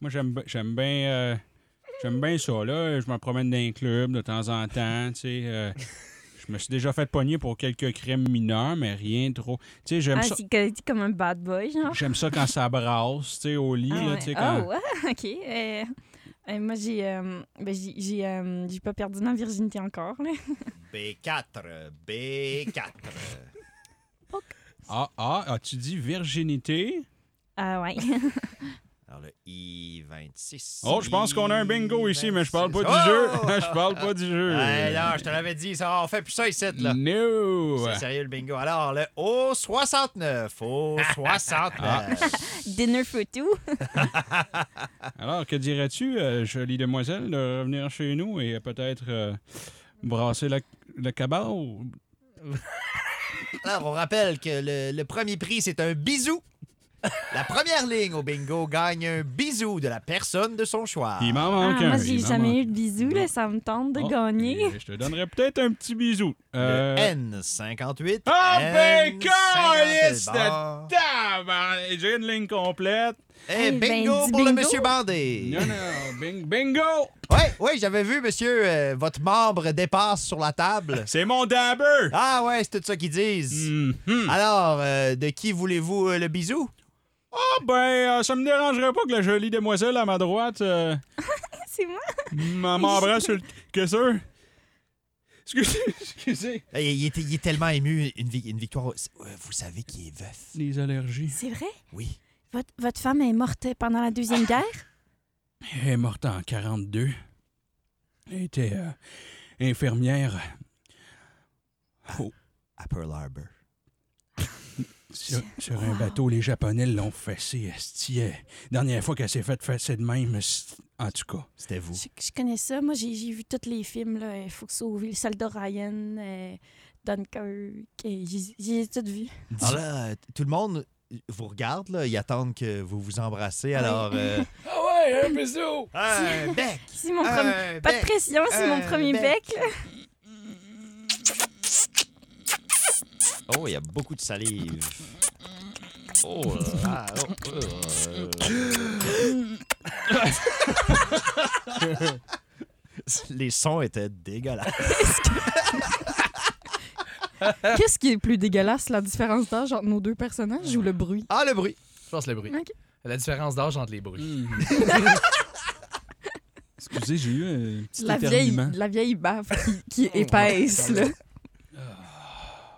Speaker 1: moi j'aime bi- j'aime bien euh, j'aime bien ça là. Je me promène dans un club de temps en temps, tu sais. euh, je me suis déjà fait pogner pour quelques crimes mineurs, mais rien de trop. Tu sais, j'aime
Speaker 6: Ah,
Speaker 1: ça.
Speaker 6: c'est que- t'es comme un bad boy, genre.
Speaker 1: J'aime ça quand ça brasse, tu sais, au lit,
Speaker 6: Ah
Speaker 1: là,
Speaker 6: ouais.
Speaker 1: tu sais, quand...
Speaker 6: Oh, ouais, ok. Euh, euh, moi, j'ai euh, ben, j'ai- j'ai, euh, j'ai pas perdu ma virginité encore. là.
Speaker 3: B4, B4.
Speaker 1: Ah, ah, ah, tu dis virginité?
Speaker 6: Ah ouais.
Speaker 3: Alors le I26.
Speaker 1: Oh, je pense qu'on a un bingo ici, mais je parle pas du
Speaker 3: Oh!
Speaker 1: jeu. (laughs) Je parle pas du jeu.
Speaker 3: Hey, non, je te l'avais dit, ça, on fait plus ça ici, là.
Speaker 1: No!
Speaker 3: C'est sérieux le bingo. Alors, le O69.
Speaker 1: (laughs)
Speaker 3: O69.
Speaker 1: Ah.
Speaker 6: Dinner photo.
Speaker 1: Alors, que dirais-tu, euh, jolie demoiselle, de revenir chez nous et euh, peut-être euh, brasser le, le cabot?
Speaker 3: Alors, on rappelle que le, le premier prix, c'est un bisou. La première ligne au bingo gagne un bisou de la personne de son choix.
Speaker 1: Il m'en
Speaker 6: Ah,
Speaker 1: manque un.
Speaker 6: moi,
Speaker 1: il
Speaker 6: j'ai
Speaker 1: m'en
Speaker 6: jamais
Speaker 1: manque-
Speaker 6: eu de bisous, là. Ça me tente de
Speaker 1: euh, Oh,
Speaker 6: gagner.
Speaker 1: et Je te donnerais peut-être un petit bisou.
Speaker 3: Le
Speaker 1: Euh,
Speaker 3: N58.
Speaker 1: Ah, ben,
Speaker 3: N58.
Speaker 1: calisse
Speaker 3: Bon.
Speaker 1: tabarnak, J'ai une ligne complète.
Speaker 3: Eh,
Speaker 6: Eh ben,
Speaker 3: bingo
Speaker 6: dis
Speaker 3: pour le
Speaker 6: bingo.
Speaker 3: monsieur Bandé.
Speaker 1: Non, non, bing-
Speaker 3: (laughs)
Speaker 1: bingo!
Speaker 3: Ouais, ouais, j'avais vu, monsieur, euh, votre membre dépasse sur
Speaker 1: (laughs)
Speaker 3: la table.
Speaker 1: C'est mon dabber!
Speaker 3: Ah ouais, c'est tout ça qu'ils disent.
Speaker 1: Mhm.
Speaker 3: Alors, euh, de qui voulez-vous euh, le bisou?
Speaker 1: Ah ben, euh, ça me dérangerait pas que la jolie demoiselle à ma droite euh,
Speaker 6: C'est moi.
Speaker 1: m'en- m'embrasse sur le... Qu'est-ce que c'est? Excusez, (laughs) excusez.
Speaker 3: Eh, Il, est, il est tellement ému, une, vi- une victoire. Euh, Vous savez qui est veuf.
Speaker 1: Les allergies.
Speaker 6: C'est vrai?
Speaker 3: Oui.
Speaker 6: Votre, votre femme est morte euh, pendant la Deuxième Guerre?
Speaker 1: Elle est morte en 42. Elle était euh, infirmière.
Speaker 3: À Pearl Harbor.
Speaker 1: Sur, sur un bateau, les Japonais l'ont fessée, esti. Euh, Dernière fois qu'elle s'est faite fesser de même, esti. en tout cas.
Speaker 3: C'était vous.
Speaker 6: Je, je connais ça. Moi, j'ai j'ai vu tous les films. là. Il faut que sauver le soldat Ryan, euh, Dunkirk. et J'ai j'ai tout vu.
Speaker 3: Alors là, euh, tout le monde vous regarde, là. Ils attendent que vous vous embrassez. Alors, euh,
Speaker 4: (laughs) Ah ouais, un bisou!
Speaker 3: un bec,
Speaker 6: C'est mon premier.
Speaker 3: un
Speaker 6: Pas de
Speaker 3: bec.
Speaker 6: pression, c'est mon
Speaker 3: euh,
Speaker 6: premier
Speaker 3: bec.
Speaker 6: bec. là.
Speaker 3: Oh, il y a beaucoup de salive. Oh, là, oh, euh. oh, (laughs) Les sons étaient dégueulasses.
Speaker 2: Qu'est-ce qui est plus dégueulasse, la différence d'âge entre nos deux personnages ou le bruit?
Speaker 3: Ah, le bruit.
Speaker 4: Je pense le bruit.
Speaker 2: Ok.
Speaker 4: La différence d'âge entre les bruits.
Speaker 1: Hmm. (laughs) Excusez, j'ai eu un petit
Speaker 2: La vieille, la vieille baffe qui, qui est épaisse, là.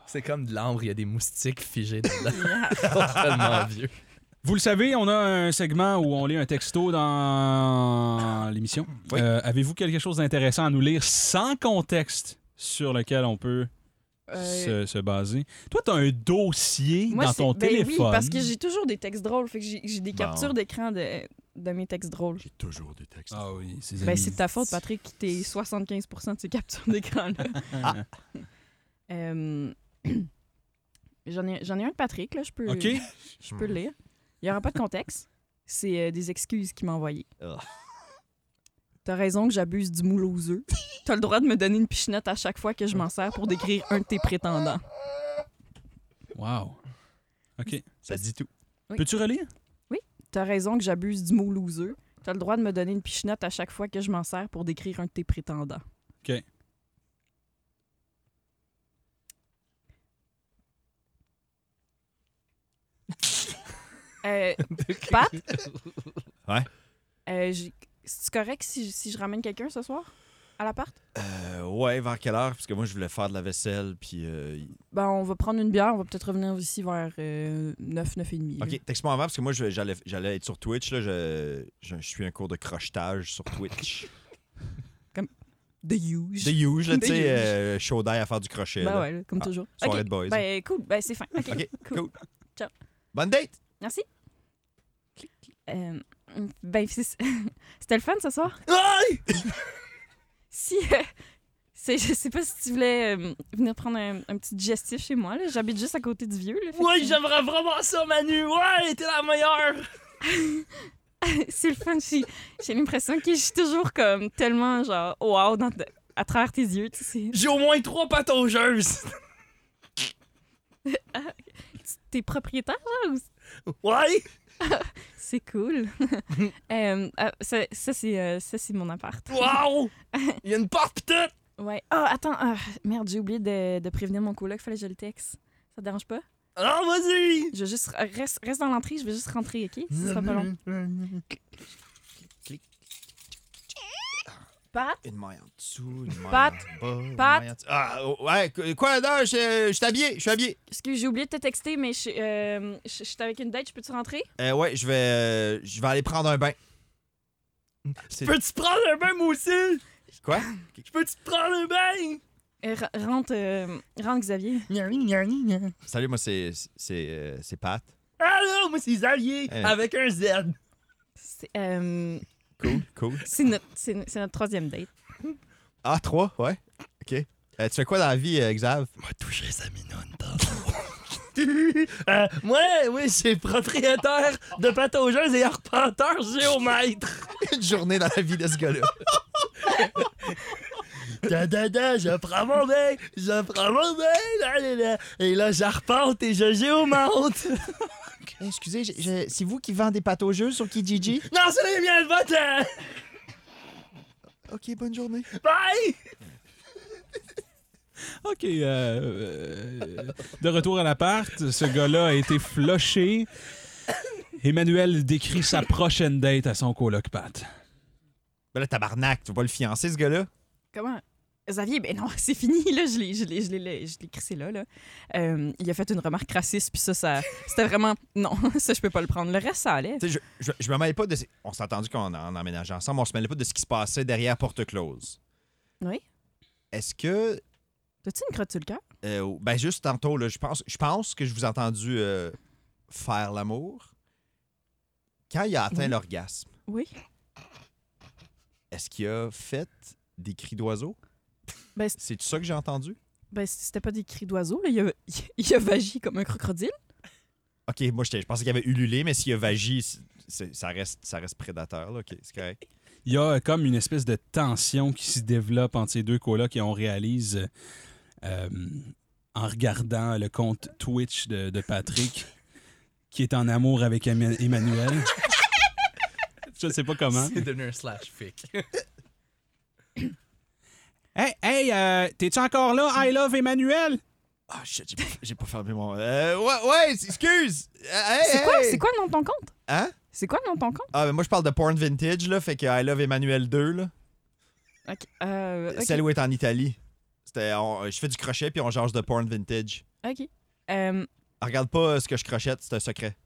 Speaker 4: C'est comme de l'ambre, il y a des moustiques figés (laughs) dedans. C'est tellement vieux.
Speaker 1: Vous le savez, on a un segment où on lit un texto dans l'émission.
Speaker 3: Oui.
Speaker 1: Euh, Avez-vous quelque chose d'intéressant à nous lire sans contexte sur lequel on peut
Speaker 2: Euh,
Speaker 1: se, se baser? Toi, tu as un dossier
Speaker 2: Moi,
Speaker 1: dans
Speaker 2: c'est-
Speaker 1: ton
Speaker 2: ben
Speaker 1: téléphone.
Speaker 2: Oui, parce que j'ai toujours des textes drôles. Fait que j'ai j'ai des
Speaker 3: Bon.
Speaker 2: captures d'écran de, de mes textes drôles.
Speaker 3: J'ai toujours des textes.
Speaker 1: Ah oui, c'est
Speaker 2: Ben, c'est de ta faute, Patrick, qui t'es 75
Speaker 1: (laughs)
Speaker 2: (laughs) de ces captures d'écran-là. Euh, (clears throat) J'en ai, j'en ai un de Patrick, là, je peux,
Speaker 1: OK?
Speaker 2: je peux le lire. Il n'y aura pas de contexte. C'est euh, des excuses qu'il m'a envoyées.
Speaker 3: Ah.
Speaker 2: T'as raison que j'abuse du moule aux œufs. T'as le droit de me donner une pichenette à chaque fois que je m'en sers pour décrire un de tes prétendants.
Speaker 1: Wow. OK.
Speaker 3: Ça dit tout.
Speaker 2: Oui.
Speaker 1: Peux-tu relire?
Speaker 2: T'as raison que j'abuse du mot loser. T'as le droit de me donner une pichenette à chaque fois que je m'en sers pour décrire un de tes prétendants.
Speaker 1: OK.
Speaker 2: (laughs) Euh, Pat?
Speaker 3: Ouais.
Speaker 2: Euh, j'ai- C'est correct si, si je ramène quelqu'un ce soir à l'appart?
Speaker 3: Euh, ouais, vers quelle heure? Parce que moi, je voulais faire de la vaisselle, puis... euh, y-
Speaker 2: Ben, on va prendre une bière. On va peut-être revenir ici vers euh, 9, 9 et demi. là.
Speaker 3: OK, texte-moi avant, parce que moi, je- j'allais j'allais être sur Twitch. Là, je, je, je suis un cours de crochetage
Speaker 2: (laughs)
Speaker 3: sur Twitch.
Speaker 2: The huge.
Speaker 3: The huge, là, tu
Speaker 2: The huge.
Speaker 3: sais, euh, chaud d'ail à faire du crochet.
Speaker 2: Ben
Speaker 3: là.
Speaker 2: ouais, là, comme
Speaker 3: Ah,
Speaker 2: toujours.
Speaker 3: Soirée
Speaker 2: OK.
Speaker 3: de boys.
Speaker 2: Ben, cool. Ben, c'est fin. OK.
Speaker 3: (laughs) OK,
Speaker 2: cool.
Speaker 3: cool.
Speaker 2: Ciao.
Speaker 3: Bonne date!
Speaker 2: Merci. Euh, ben, c'est- (laughs) c'était le fun ce soir. si. euh, c'est- je sais pas si tu voulais euh, venir prendre un, un petit digestif chez moi. là. J'habite juste à côté du vieux. là, fait que-
Speaker 4: Ouais, j'aimerais vraiment ça, Manu. Ouais, t'es la meilleure.
Speaker 2: c'est le fun. J'ai j'ai l'impression que je suis toujours comme tellement genre wow dans ta- à travers tes yeux. Tu sais,
Speaker 4: J'ai au moins trois (laughs) patauges.
Speaker 2: Tu- t'es propriétaire, genre, ou
Speaker 4: Ouais.
Speaker 2: c'est cool. Euh, ah, ça, ça, c'est euh, ça, c'est mon appart.
Speaker 4: Wow. Il y a une porte petite.
Speaker 2: Ouais. Ah, attends. ah, merde, j'ai oublié de, de prévenir mon coloc. Fallait que je le texte. Ça te dérange pas?
Speaker 4: Alors, vas-y.
Speaker 2: Je vais juste... Reste, reste dans l'entrée. Je vais juste rentrer, OK? Ce sera pas long. Pat?
Speaker 3: Une maille en dessous, une maille
Speaker 2: Pat.
Speaker 3: en bas, une
Speaker 2: Pat.
Speaker 3: maille en dessous. Ah, ouais, qu- quoi? Non, je je suis habillé, je suis habillé.
Speaker 2: Excuse, j'ai oublié de te texter, mais je euh, je- je suis avec une date. Je peux-tu rentrer?
Speaker 3: Euh, ouais, je vais, euh, je vais aller prendre un bain. C'est-
Speaker 4: Peux-tu prendre un bain, moi aussi?
Speaker 3: Quoi?
Speaker 4: Je peux-tu prendre un bain?
Speaker 2: Euh, re- rentre, euh, rentre, Xavier.
Speaker 3: Salut, moi, c'est c'est, euh, c'est Pat.
Speaker 4: Allô, Ah, moi, c'est Xavier.
Speaker 3: Hey.
Speaker 4: Avec un Z. (laughs)
Speaker 2: C'est euh,
Speaker 3: Cool, cool.
Speaker 2: c'est notre, c'est- c'est notre troisième date.
Speaker 3: Ah, trois, ouais. OK. Euh, tu fais quoi dans la vie, euh, Xav?
Speaker 4: m'a touché sa minoune euh, Moi, oui, je suis propriétaire de pataugeuse et arpenteur géomètre.
Speaker 3: Une (laughs) journée dans la vie de ce (laughs) gars-là.
Speaker 4: Da, da, da, je prends mon bain, je prends mon bain, là, là, là. et là, j'arpente et je
Speaker 5: (laughs)
Speaker 4: géomante.
Speaker 3: Excusez, c'est vous qui vendez pâtes au jeu sur Kijiji?
Speaker 4: Non, c'est les miens de vote!
Speaker 3: (laughs)
Speaker 5: euh.
Speaker 3: OK, bonne journée.
Speaker 4: Bye!
Speaker 1: OK. euh, euh, de retour à l'appart, ce gars-là a été floché. Emmanuel décrit sa prochaine date à son coloc Pat.
Speaker 3: Ben là, tabarnak, tu vas pas le fiancer, ce gars-là?
Speaker 2: Comment? Xavier, ben non, (laughs) c'est fini, là, je l'ai, je l'ai, je l'ai, là, je l'ai crissé là, là. Euh, il a fait une remarque raciste, puis ça, ça, c'était vraiment, non, (laughs) ça, je peux pas le prendre. Le reste, ça allait.
Speaker 3: Tu sais, je, je- je me mêlais pas de... On s'est entendu qu'on en emménageait ensemble, on se mêlait pas de ce qui se passait derrière porte close.
Speaker 2: Oui.
Speaker 3: Est-ce que...
Speaker 2: T'as-tu une crotte sur le cœur?
Speaker 3: euh, ben juste tantôt, là, je pense, je pense que je vous ai entendu euh, faire l'amour. Quand il a atteint
Speaker 2: Oui.
Speaker 3: l'orgasme,
Speaker 2: Oui.
Speaker 3: est-ce qu'il a fait des cris d'oiseaux?
Speaker 2: Ben, c'est-
Speaker 3: C'est ça que j'ai entendu?
Speaker 2: Ben, c'était pas des cris d'oiseau, là. Il a, (laughs) il a vagi comme un crocodile.
Speaker 3: OK, moi, j'étais- je pensais qu'il avait ululé, mais s'il a vagi, c'est- c'est- ça reste, ça reste prédateur. Là. OK, c'est correct.
Speaker 1: Il y a euh, comme une espèce de tension qui se développe entre ces deux colocs et on réalise euh, euh, en regardant le compte Twitch de, de Patrick qui est en amour avec Emma- (laughs) Emmanuel. Je sais pas comment.
Speaker 4: devenu un slash fic.
Speaker 1: Hey, hey, euh, t'es-tu encore là? I love Emmanuel!
Speaker 3: Ah, shit, j'ai pas- j'ai pas fermé mon... Euh, ouais, ouais, excuse! Euh, hey,
Speaker 2: C'est quoi,
Speaker 3: hey!
Speaker 2: c'est quoi le nom de ton compte?
Speaker 3: Hein?
Speaker 2: C'est quoi le nom de ton compte?
Speaker 3: Ah, mais moi, je parle de porn vintage, là, fait que I Love Emmanuel 2, là.
Speaker 2: Ok, euh, ok.
Speaker 3: Celle où elle est en Italie. C'était, on- je fais du crochet, puis on change de porn vintage.
Speaker 2: ok. Euh,
Speaker 3: Ah, regarde pas euh, ce que je crochette, c'est un secret.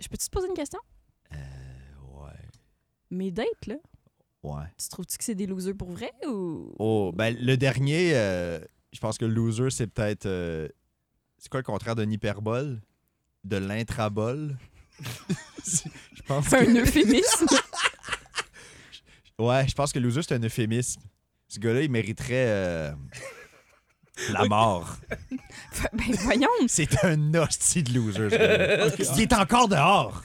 Speaker 2: je peux-tu te poser une question?
Speaker 3: Ouais,
Speaker 2: Mes dates, là,
Speaker 3: ouais.
Speaker 2: tu trouves-tu que c'est des losers pour vrai ou.
Speaker 3: Oh, ben, le dernier, euh, je pense que loser, c'est peut-être... euh, c'est quoi le contraire d'un hyperbole? De l'intrabole? (laughs) je pense
Speaker 2: C'est un
Speaker 3: que...
Speaker 2: euphémisme.
Speaker 3: Ouais, je pense que loser, c'est un euphémisme. Ce gars-là, il mériterait... euh, La mort.
Speaker 2: (laughs) Ben voyons.
Speaker 3: C'est un hostie de loser. ce gars-là. Il est encore dehors.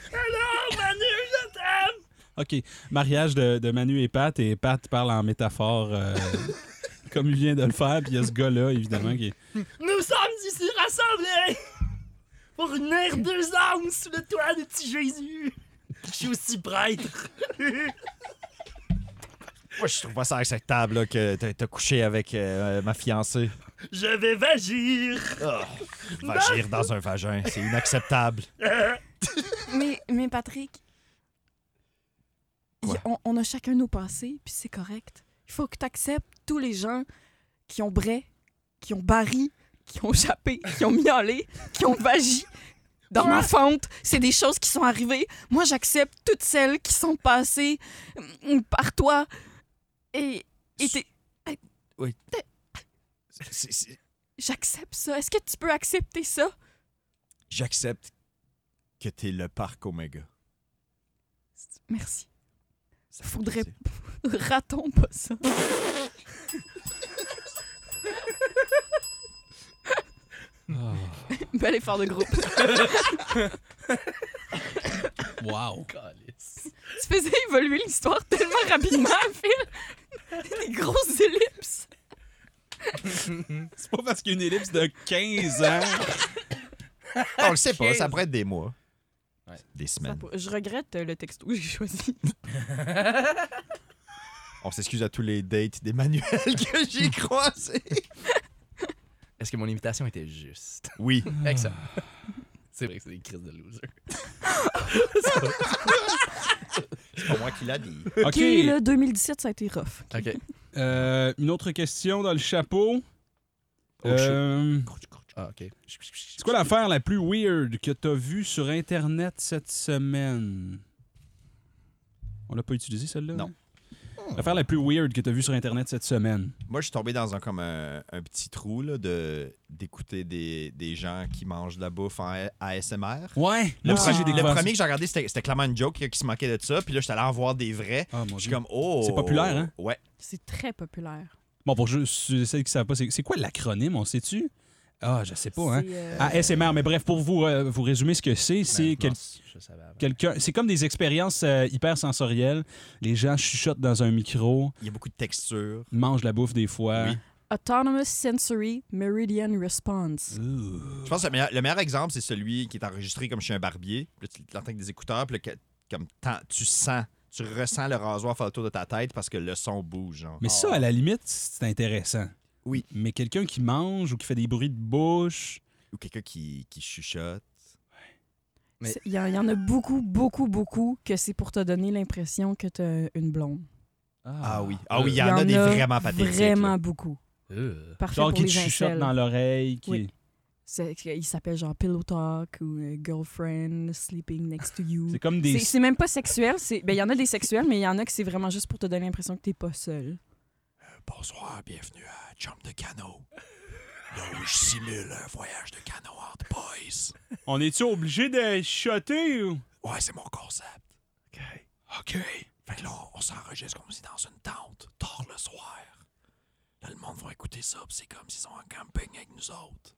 Speaker 1: OK. Mariage de, de Manu et Pat, et Pat parle en métaphore euh, (laughs) comme il vient de le faire. Puis il y a ce gars-là, évidemment, qui est.
Speaker 5: Nous sommes ici rassemblés pour unir deux âmes sous le toit de petit Jésus. Je suis aussi prêtre. (laughs)
Speaker 3: Moi, je trouve pas ça acceptable là, que t'as t'as couché avec euh, ma fiancée.
Speaker 5: Je vais vagir.
Speaker 3: Va agir dans un vagin. C'est inacceptable.
Speaker 2: (laughs) Mais, mais Patrick,
Speaker 3: Quoi?
Speaker 2: y- on, on a chacun nos pensées, puis c'est correct. Il faut que tu acceptes tous les gens qui ont bray, qui ont barri, qui ont jappé, qui ont miaulé, qui ont vagi. Dans ma fonte, c'est des choses qui sont arrivées. Moi, j'accepte toutes celles qui sont passées mm, par toi. Et, et t'es-
Speaker 3: C'est- c'est-
Speaker 2: j'accepte ça. Est-ce que tu peux accepter ça?
Speaker 3: J'accepte que t'es le parc Omega.
Speaker 2: Merci.
Speaker 3: Ça fait
Speaker 2: Faudrait.
Speaker 3: plaisir.
Speaker 2: (laughs) Ratons pas ça. Bel effort de groupe.
Speaker 1: Wow.
Speaker 2: tu faisais évoluer l'histoire tellement rapidement, (laughs) Phil. Des grosses ellipses.
Speaker 1: C'est pas parce qu'il y a une ellipse de 15 ans.
Speaker 3: On le sait pas, ça pourrait être des mois.
Speaker 4: Ouais.
Speaker 3: Des semaines.
Speaker 2: Je regrette euh, le texto que j'ai choisi.
Speaker 3: On s'excuse à tous les dates des manuels (laughs) que
Speaker 1: (laughs)
Speaker 3: j'ai croisés.
Speaker 4: Est-ce que mon imitation était juste?
Speaker 3: Oui.
Speaker 4: Excellent. C'est vrai que c'est des crises de loser.
Speaker 3: C'est pas moi qui l'a dit.
Speaker 1: OK.
Speaker 2: le 2017, ça a été rough.
Speaker 4: (laughs) OK.
Speaker 1: Euh, une autre question dans le chapeau.
Speaker 4: Oh,
Speaker 1: Euh,
Speaker 4: Ah, OK.
Speaker 1: c'est quoi l'affaire la plus weird que t'as vue sur Internet cette semaine? On l'a pas utilisé celle-là?
Speaker 3: Non.
Speaker 1: hein? L'affaire la plus weird que t'as vue sur Internet cette semaine.
Speaker 3: Moi, je suis tombé dans un, comme un, un petit trou là, de, d'écouter des, des gens qui mangent de la bouffe en ASMR.
Speaker 1: Ouais, moi
Speaker 3: Le,
Speaker 1: aussi
Speaker 3: pre-
Speaker 1: j'ai
Speaker 3: le
Speaker 1: découvert.
Speaker 3: premier que j'ai regardé, c'était, c'était clairement une joke qui se manquait de ça. Puis là, j'étais allé en voir des vrais.
Speaker 1: ça. Ah, mon
Speaker 3: Je suis
Speaker 1: Dieu.
Speaker 3: comme, oh.
Speaker 1: C'est populaire, hein?
Speaker 3: Ouais.
Speaker 2: C'est très populaire.
Speaker 1: Bon, pour juste celles qui savent pas, c'est c'est quoi l'acronyme, on sait-tu? Ah, je sais pas, hein?
Speaker 2: C'est, euh,
Speaker 1: ASMR, mais bref, pour vous, euh, vous résumer ce que c'est, c'est quel-
Speaker 4: Je savais avant.
Speaker 1: quelqu'un. C'est comme des expériences euh, hyper sensorielles. Les gens chuchotent dans un micro,
Speaker 3: Il y a beaucoup de textures.
Speaker 1: mangent la bouffe des fois.
Speaker 3: Oui.
Speaker 2: Autonomous Sensory Meridian Response.
Speaker 3: Je pense que le meilleur, le meilleur exemple, c'est celui qui est enregistré comme chez un barbier. Puis là, tu l'entends avec des écouteurs. Puis là, que- comme t'en- tu sens, tu ressens le rasoir faire le tour de ta tête parce que le son bouge. genre.
Speaker 1: Mais ça, à la limite, c'est intéressant.
Speaker 3: Oui.
Speaker 1: Mais quelqu'un qui mange ou qui fait des bruits de bouche.
Speaker 3: Ou quelqu'un qui, qui chuchote.
Speaker 4: Mais-
Speaker 2: C'est- Il y, en- il y en a beaucoup, beaucoup, beaucoup que c'est pour te donner l'impression que t'as une blonde.
Speaker 3: Ah oui. Ah oui, il y,
Speaker 2: Il
Speaker 3: en a des vraiment pathétiques. là.
Speaker 2: Vraiment beaucoup.
Speaker 4: Euh,
Speaker 2: Parfait
Speaker 1: Genre
Speaker 2: pour
Speaker 1: qui te
Speaker 2: les
Speaker 1: chuchote
Speaker 2: incels.
Speaker 1: dans l'oreille. Qui...
Speaker 2: Oui. C'est- Il s'appelle genre Pillow Talk ou euh, Girlfriend Sleeping Next to You.
Speaker 1: C'est comme
Speaker 2: C'est-
Speaker 1: des.
Speaker 2: C'est même pas sexuel. c'est- ben, Il y en a des sexuels, mais il y en a que c'est vraiment juste pour te donner l'impression que t'es pas seul.
Speaker 3: Bonsoir, bienvenue à Jump de Canot. Là où je simule un voyage de canot entre boys.
Speaker 1: On est-tu obligé de chuchoter ou.
Speaker 3: Ouais, c'est mon concept. OK. Fait que là, on, on s'enregistre comme si dans une tente, tard le soir. Là, le monde va écouter ça, pis c'est comme s'ils sont en camping avec nous autres.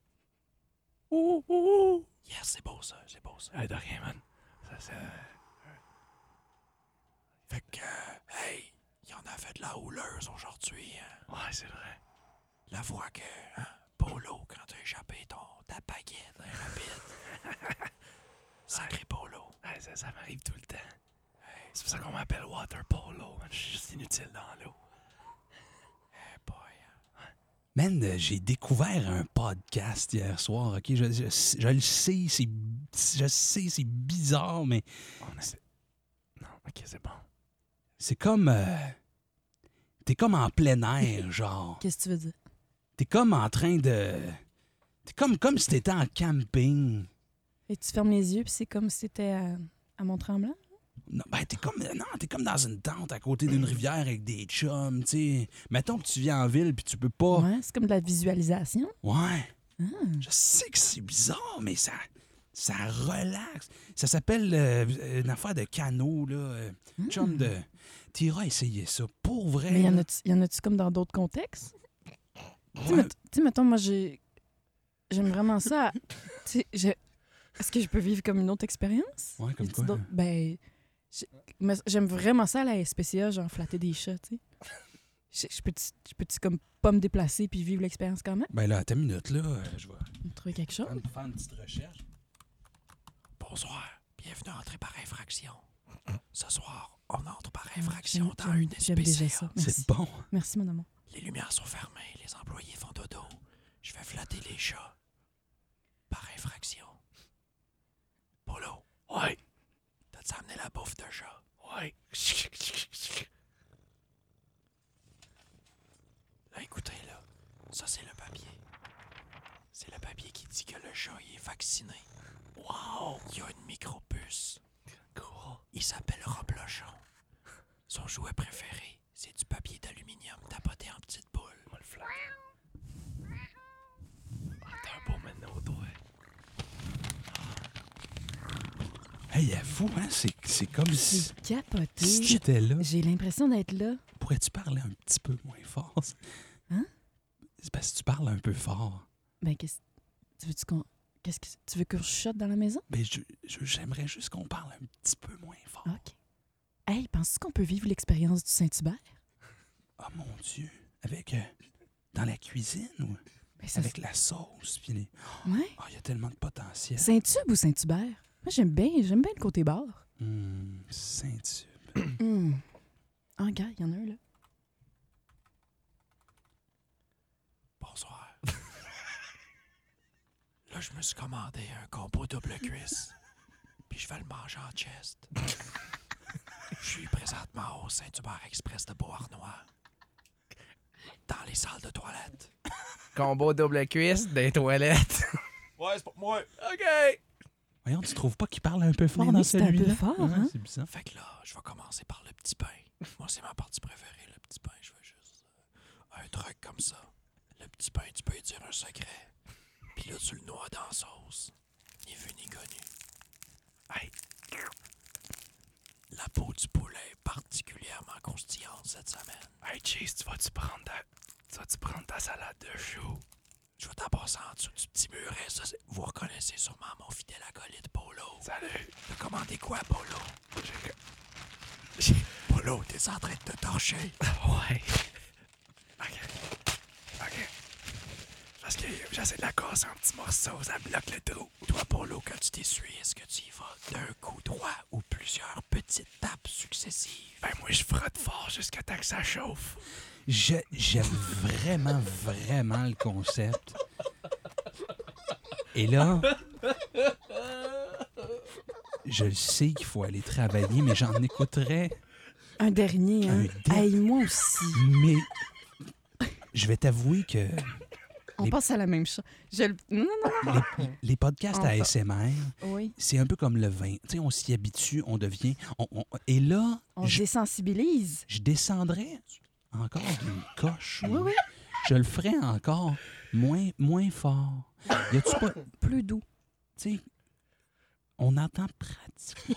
Speaker 5: Oh, oh,
Speaker 3: Yes, c'est beau ça, c'est beau ça.
Speaker 4: ah, de rien, man. Ça, c'est-
Speaker 3: Fait que, euh, hey, il y en a fait de la houleuse aujourd'hui. hein.
Speaker 4: Ouais, c'est vrai.
Speaker 3: La voix que, hein, Polo, quand t'as échappé ton, ta baguette, hein, rapide. Sacré Polo.
Speaker 4: Ouais, ça, ça m'arrive tout le temps. C'est pour ça qu'on m'appelle Water Polo. man. Je suis juste inutile dans l'eau. hein.
Speaker 1: Man, euh, j'ai découvert un podcast hier soir, OK? Je, je- je le sais, c'est je sais, c'est bizarre, mais
Speaker 4: On a... Non, OK, c'est bon.
Speaker 1: c'est comme... euh, T'es comme en plein
Speaker 4: (laughs)
Speaker 1: air, genre.
Speaker 2: Qu'est-ce que tu veux dire?
Speaker 1: T'es comme en train de... T'es comme, comme si t'étais en camping.
Speaker 2: Et tu fermes les yeux, puis c'est comme si t'étais à, à Mont-Tremblant?
Speaker 1: Non, ben, t'es comme, non, t'es comme dans une tente à côté d'une rivière avec des chums, tu sais. Mettons que tu viens en ville puis tu peux pas...
Speaker 2: Ouais, c'est comme de la visualisation.
Speaker 1: Ouais.
Speaker 2: Ah.
Speaker 1: Je sais que c'est bizarre, mais ça, ça relaxe. Ça s'appelle euh, une affaire de canot, là. euh, Chum de. T'iras essayer ça. Pour vrai.
Speaker 2: Mmh. Ah. Mais y en
Speaker 1: là.
Speaker 2: a-tu- y en a-tu comme dans d'autres contextes? Tu sais, met- tu sais, mettons, moi, j'ai... J'aime vraiment ça. Tu sais, je- Est-ce que je peux vivre comme une autre expérience?
Speaker 1: Ouais, comme
Speaker 2: Y a-t-il
Speaker 1: quoi? hein?
Speaker 2: d'autres- Ben, j'ai- mais j'aime vraiment ça, la SPCA, genre flatter des chats, tu
Speaker 1: (laughs)
Speaker 2: sais. Je- Je peux-tu je peux-tu comme pas me déplacer puis vivre l'expérience quand même?
Speaker 1: Ben là, attends une minute, là. euh, Je vais
Speaker 2: Trouver quelque chose?
Speaker 1: faire une, faire une petite recherche. Bonsoir. Bienvenue à Entrer par infraction. Ce soir, on entre par
Speaker 2: Ah, J'aime- j'aime- J'aime déjà ça. Merci.
Speaker 1: C'est bon.
Speaker 2: Merci, mon amour.
Speaker 1: Les lumières sont fermées, les employés font dodo. Je vais flatter les chats. Par infraction. Polo. Ouais. T'as-tu amené la bouffe de chat? Ouais. Là, écoutez, là. Ça, c'est le papier. C'est le papier qui dit que le chat, il est vacciné. Wow! Il a une micropuce. Il s'appelle Roblochon. Son jouet préféré, c'est du papier d'aluminium tapoté en petite boule. On le flatte. Ah, t'as un beau maintenant au doigt. Ah. Hey, avoue, hein, c'est, c'est comme si,
Speaker 2: J'ai capoté.
Speaker 1: si j'étais là.
Speaker 2: J'ai l'impression d'être là.
Speaker 1: Pourrais-tu parler un petit peu moins fort?
Speaker 2: Hein?
Speaker 1: C'est parce que tu parles un peu fort.
Speaker 2: Ben, qu'est-ce tu veux qu'on... Qu'est-ce que tu veux que je shot dans la maison?
Speaker 1: Mais je, je- j'aimerais juste qu'on parle un petit peu moins fort.
Speaker 2: OK. Hey, penses-tu qu'on peut vivre l'expérience du Saint-Hubert?
Speaker 1: Oh mon Dieu. Avec. euh, dans la cuisine ou
Speaker 2: Ben, ça-
Speaker 1: avec la sauce? Puis les-
Speaker 2: Ouais.
Speaker 1: Oh, il y a tellement de potentiel.
Speaker 2: Saint-Tube ou Saint-Hubert? Moi, j'aime bien, j'aime bien le côté bar.
Speaker 1: Hmm, Saint-Tube. Mm.
Speaker 2: Hum. Ah, gars, il y en a un, là.
Speaker 1: Bonsoir. (laughs) Là, je me suis commandé un combo double (laughs) cuisse. Puis je vais le manger en chest. Je suis présentement au Saint-Hubert Express de Beauharnois. Dans les salles de toilettes.
Speaker 4: Combo double cuisse des toilettes. (laughs)
Speaker 3: Ouais, c'est pour moi.
Speaker 4: OK.
Speaker 1: Voyons, tu trouves pas qu'il parle un peu fort
Speaker 2: Mais
Speaker 1: dans
Speaker 2: oui, c'est un
Speaker 1: celui-là?
Speaker 2: peu fort, hein?
Speaker 1: C'est bizarre.
Speaker 3: Fait que là, je vais commencer par le petit pain. Moi, c'est ma partie préférée, le petit pain. Je veux juste euh, un truc comme ça. Le petit pain, tu peux y dire un secret. Puis là, tu le noies dans la sauce. Ni vu ni connu. Hey. La peau du poulet est particulièrement croustillante cette semaine.
Speaker 4: Hey, cheese, tu vas-tu prendre ta... Tu vas-tu prendre ta salade de chou?
Speaker 3: Je vais t'en passer en dessous du petit muret. Ça, c'est- vous reconnaissez sûrement mon fidèle acolyte Polo.
Speaker 4: Salut.
Speaker 3: T'as commandé quoi, Polo? Polo, t'es en train de te torcher.
Speaker 4: (laughs) Ouais. OK. OK. Parce que j'essaie de la casser en petits morceaux, ça bloque le trou.
Speaker 3: Toi, Polo, quand tu t'essuies, est-ce que tu y vas d'un coup droit ou plusieurs petites tapes successives?
Speaker 4: Ben moi, je frotte fort jusqu'à temps que ça chauffe.
Speaker 1: Je- J'aime vraiment, vraiment le concept. Et là, je le sais qu'il faut aller travailler, mais j'en écouterai.
Speaker 2: Un dernier, hein?
Speaker 1: Un dernier.
Speaker 2: Hey, moi aussi.
Speaker 1: Mais je vais t'avouer que
Speaker 2: On
Speaker 1: Les-
Speaker 2: passe à la même chose. Je le- Non, non,
Speaker 1: les, les podcasts à
Speaker 2: Enfin.
Speaker 1: ASMR,
Speaker 2: non. Oui.
Speaker 1: c'est un peu comme le vin. Tu sais, on s'y habitue, on devient. on- on- et là,
Speaker 2: On se
Speaker 1: je,
Speaker 2: désensibilise.
Speaker 1: je descendrais encore d'une coche.
Speaker 2: Oui, oui.
Speaker 1: Je le ferais encore moins, moins fort. Y a-tu pas.
Speaker 2: Plus doux.
Speaker 1: tu sais, on entend pratiquement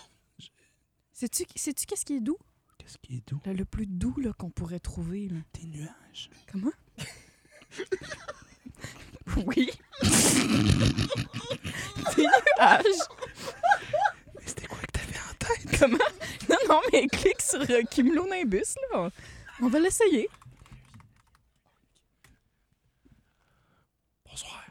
Speaker 2: Sais-tu sais-tu qu'est-ce qui est doux?
Speaker 1: qu'est-ce qui est doux.
Speaker 2: Le, le plus doux là, qu'on pourrait trouver. là.
Speaker 1: Des nuages.
Speaker 2: Comment? oui. Des nuages.
Speaker 1: Mais c'était quoi que t'avais en tête?
Speaker 2: Comment? Non, non, mais clique sur euh, Cumulonimbus, là. On- On va l'essayer.
Speaker 3: Bonsoir.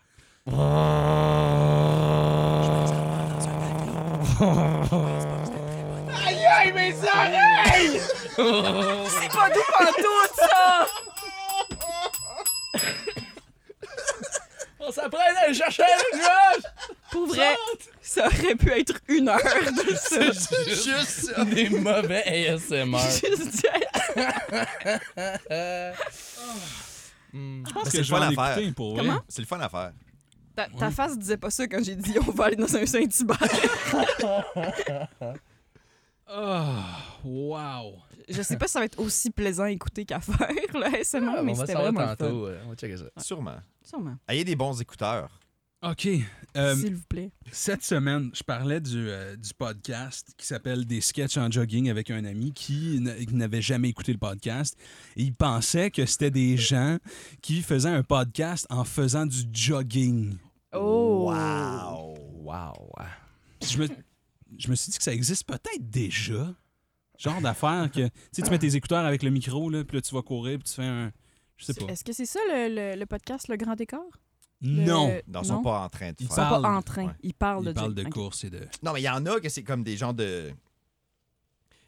Speaker 2: Pas doux pantoute, ça!
Speaker 4: On s'apprête à aller chercher
Speaker 3: (laughs)
Speaker 4: le nuage!
Speaker 2: Pour vrai, ça aurait pu être une heure de ça.
Speaker 4: Juste des mauvais
Speaker 2: (laughs)
Speaker 4: ASMR.
Speaker 2: Juste dire-
Speaker 4: Euh,
Speaker 2: Ah,
Speaker 4: Hmm.
Speaker 1: Parce
Speaker 3: que je vais en écouter,
Speaker 1: pour
Speaker 2: vrai. Comment?
Speaker 3: C'est le fun à faire.
Speaker 2: Ta, ta face disait pas ça quand j'ai dit on va aller dans un Saint-Hubert.
Speaker 1: Ah, wow.
Speaker 2: (laughs) Je sais pas si ça va être aussi plaisant à écouter qu'à faire, là, (laughs) SMR,
Speaker 4: Ah,
Speaker 2: mais
Speaker 4: on va
Speaker 2: c'était
Speaker 4: savoir
Speaker 2: vraiment le fun.
Speaker 4: tantôt. euh, On va checker ça.
Speaker 3: Sûrement.
Speaker 2: Sûrement.
Speaker 3: Ayez des bons écouteurs.
Speaker 1: OK. Euh,
Speaker 7: s'il vous plaît.
Speaker 1: cette semaine, je parlais du, euh, du podcast qui s'appelle Des sketchs en jogging avec un ami qui n- qui n'avait jamais écouté le podcast. Et il pensait que c'était des gens qui faisaient un podcast en faisant du jogging.
Speaker 7: Oh!
Speaker 4: Wow.
Speaker 1: Je me, je me suis dit que ça existe peut-être déjà. Genre d'affaire que. Tu sais, tu mets tes écouteurs avec le micro, là, puis là, tu vas courir, puis tu fais un. Je sais pas.
Speaker 7: Est-ce que c'est ça le, le- le podcast Le Grand Écart? Le-
Speaker 1: Non!
Speaker 3: Ils sont
Speaker 7: non.
Speaker 3: pas en train de
Speaker 1: Ils
Speaker 3: faire.
Speaker 7: Ils sont
Speaker 1: parlent.
Speaker 7: pas en train.
Speaker 3: Ouais.
Speaker 7: Ils parlent
Speaker 1: Il
Speaker 7: de
Speaker 1: parle
Speaker 7: Jake.
Speaker 1: de
Speaker 7: Ok.
Speaker 1: courses et de.
Speaker 3: Non, mais il y en a que c'est comme des genres de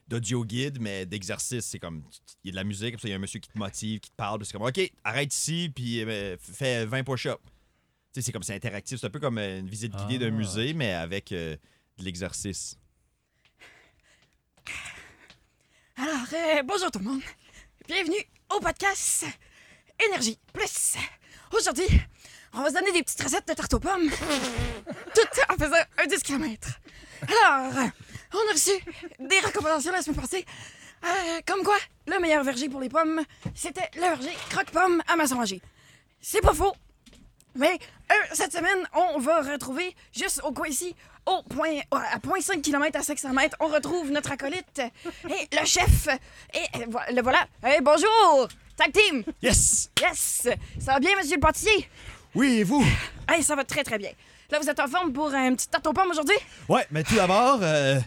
Speaker 3: d'audio guide, mais d'exercice. C'est comme, tu- tu- il y a de la musique, puis ça, il y a un monsieur qui te motive, qui te parle, puis c'est comme, OK, arrête ici, puis euh, f- fais 20 push-ups. Tu sais, c'est comme, c'est interactif. C'est un peu comme euh, une visite guidée d'un
Speaker 4: Ah.
Speaker 3: musée, mais avec euh, de l'exercice.
Speaker 7: Alors, euh, bonjour tout le monde. Bienvenue au podcast Énergie Plus. Aujourd'hui, on va se donner des petites recettes de tarte aux pommes, tout en faisant un 10 km. Alors, euh, on a reçu des recommandations la semaine passée, euh, comme quoi le meilleur verger pour les pommes, c'était le verger croque-pomme à maçon C'est pas faux, mais euh, cette semaine, on va retrouver, juste au coin ici, au point, à 0.5 km à 500 mètres, on retrouve notre acolyte euh, et le chef. Et euh, vo- le voilà. Eh, bonjour! Tag team!
Speaker 3: Yes!
Speaker 7: Yes! Ça va bien, monsieur le pâtissier?
Speaker 3: Oui, et vous?
Speaker 7: Hey, ça va très, très bien. Là, vous êtes en forme pour un petit tarte aux pommes aujourd'hui?
Speaker 3: Ouais, mais tout d'abord, euh,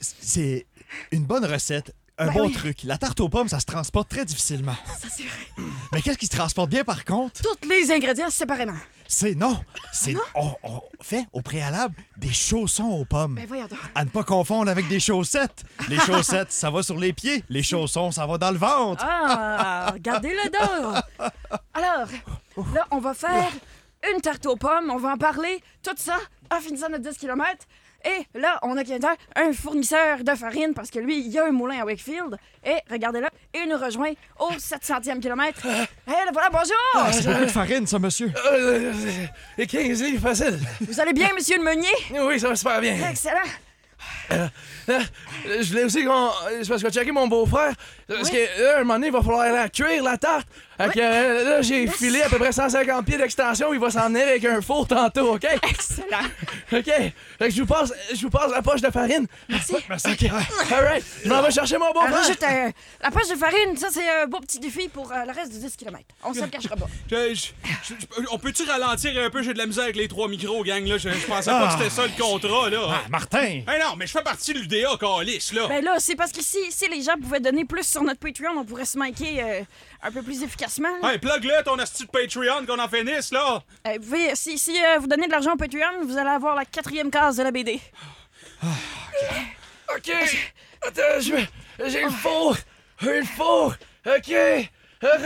Speaker 3: c'est une bonne recette. Un
Speaker 7: Ben
Speaker 3: bon
Speaker 7: oui.
Speaker 3: truc. La tarte aux pommes, ça se transporte très difficilement.
Speaker 7: Ça, c'est vrai.
Speaker 3: Mais qu'est-ce qui se transporte bien, par contre?
Speaker 7: Tous les ingrédients séparément.
Speaker 3: C'est non. C'est on, on fait au préalable des chaussons aux pommes.
Speaker 7: Ben, voyons donc.
Speaker 3: À ne pas confondre avec des chaussettes. (laughs) Les chaussettes, ça va sur les pieds. Les chaussons, ça va dans le ventre.
Speaker 7: Ah, regardez-le d'or! Alors, là, on va faire une tarte aux pommes, on va en parler, tout ça, en finissant notre 10 km. Et là, on a quelqu'un, un fournisseur de farine, parce que lui, il y a un moulin à Wakefield. Et regardez-le, il nous rejoint au 700e kilomètre. Hé, le voilà,
Speaker 3: Ah,
Speaker 7: bonjour!
Speaker 3: c'est beaucoup de farine, ça, monsieur.
Speaker 4: Et 15 Euh, livres facile.
Speaker 7: Vous allez bien, monsieur le meunier?
Speaker 4: Oui, ça va super bien.
Speaker 7: Excellent!
Speaker 4: Euh, Je voulais aussi qu'on. euh, C'est parce que checké mon beau-frère. euh, Parce que là, un moment donné, il va falloir la cuire, la tarte. Fait que euh, là, j'ai filé à peu près 150 pieds d'extension. Il va s'en venir avec un four tantôt, OK?
Speaker 7: Excellent!
Speaker 4: (laughs) OK. Fait que je vous passe, je vous passe la poche de farine.
Speaker 7: Merci!
Speaker 4: OK. All right. Je m'en vais chercher mon
Speaker 7: Alors,
Speaker 4: beau-frère.
Speaker 7: juste, euh, la poche de farine, ça, c'est un beau petit défi pour euh, le reste du 10 km. On se le cachera pas.
Speaker 1: Je- je- je- je- on peut-tu ralentir un peu? J'ai de la misère avec les trois micros, gang. Là. Je, je pensais pas que c'était ça le contrat. là.
Speaker 3: Ah, Martin!
Speaker 1: Hey non, mais je fais partie de l'UDA, Calis, là.
Speaker 7: Ben là, c'est parce que si, si les gens pouvaient donner plus sur notre Patreon, on pourrait se manquer euh, un peu plus efficacement. là.
Speaker 1: Hey, plug-le ton astuce de Patreon qu'on en finisse, là.
Speaker 7: Euh, vous pouvez- si si, euh, vous donnez de l'argent au Patreon, vous allez avoir la quatrième case de la BD.
Speaker 4: OK. Attends, je vais- J'ai le four. J'ai le four. OK.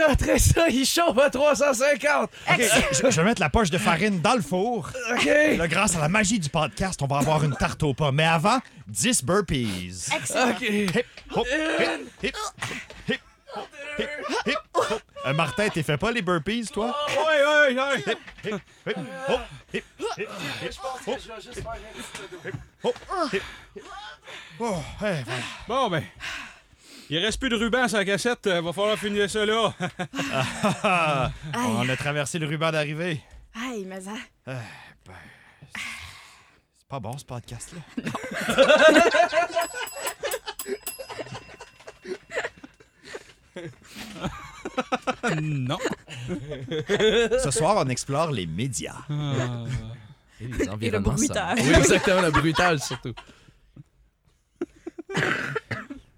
Speaker 4: Rentrez ça, il chauffe à 350.
Speaker 3: Ok, je, je vais mettre la poche de farine dans le four.
Speaker 4: OK.
Speaker 3: Là, grâce à la magie du podcast, on va avoir une tarte aux pommes. Mais avant, 10 burpees.
Speaker 7: Excellent.
Speaker 4: OK.
Speaker 3: Hip, hop, hip, hip, hip, hop, hip, hip, hop. Euh, Martin, t'es fait pas les burpees, toi?
Speaker 1: Ouais, ouais, ouais.
Speaker 3: Hip, hip, hop, hip, hip, hip, hop. Oh, hey, voilà.
Speaker 1: Bon, ben. Il reste plus de ruban sur la cassette. euh, Va falloir finir ça, là.
Speaker 3: Ah, on a traversé le ruban d'arrivée.
Speaker 7: Aïe, mais hein. ça.
Speaker 3: C'est pas bon ce podcast-là.
Speaker 1: (laughs) non.
Speaker 3: Ce soir, on explore les médias.
Speaker 1: Euh,
Speaker 4: Et les
Speaker 7: environnements bruitage.
Speaker 4: Oui, exactement, le bruitage surtout.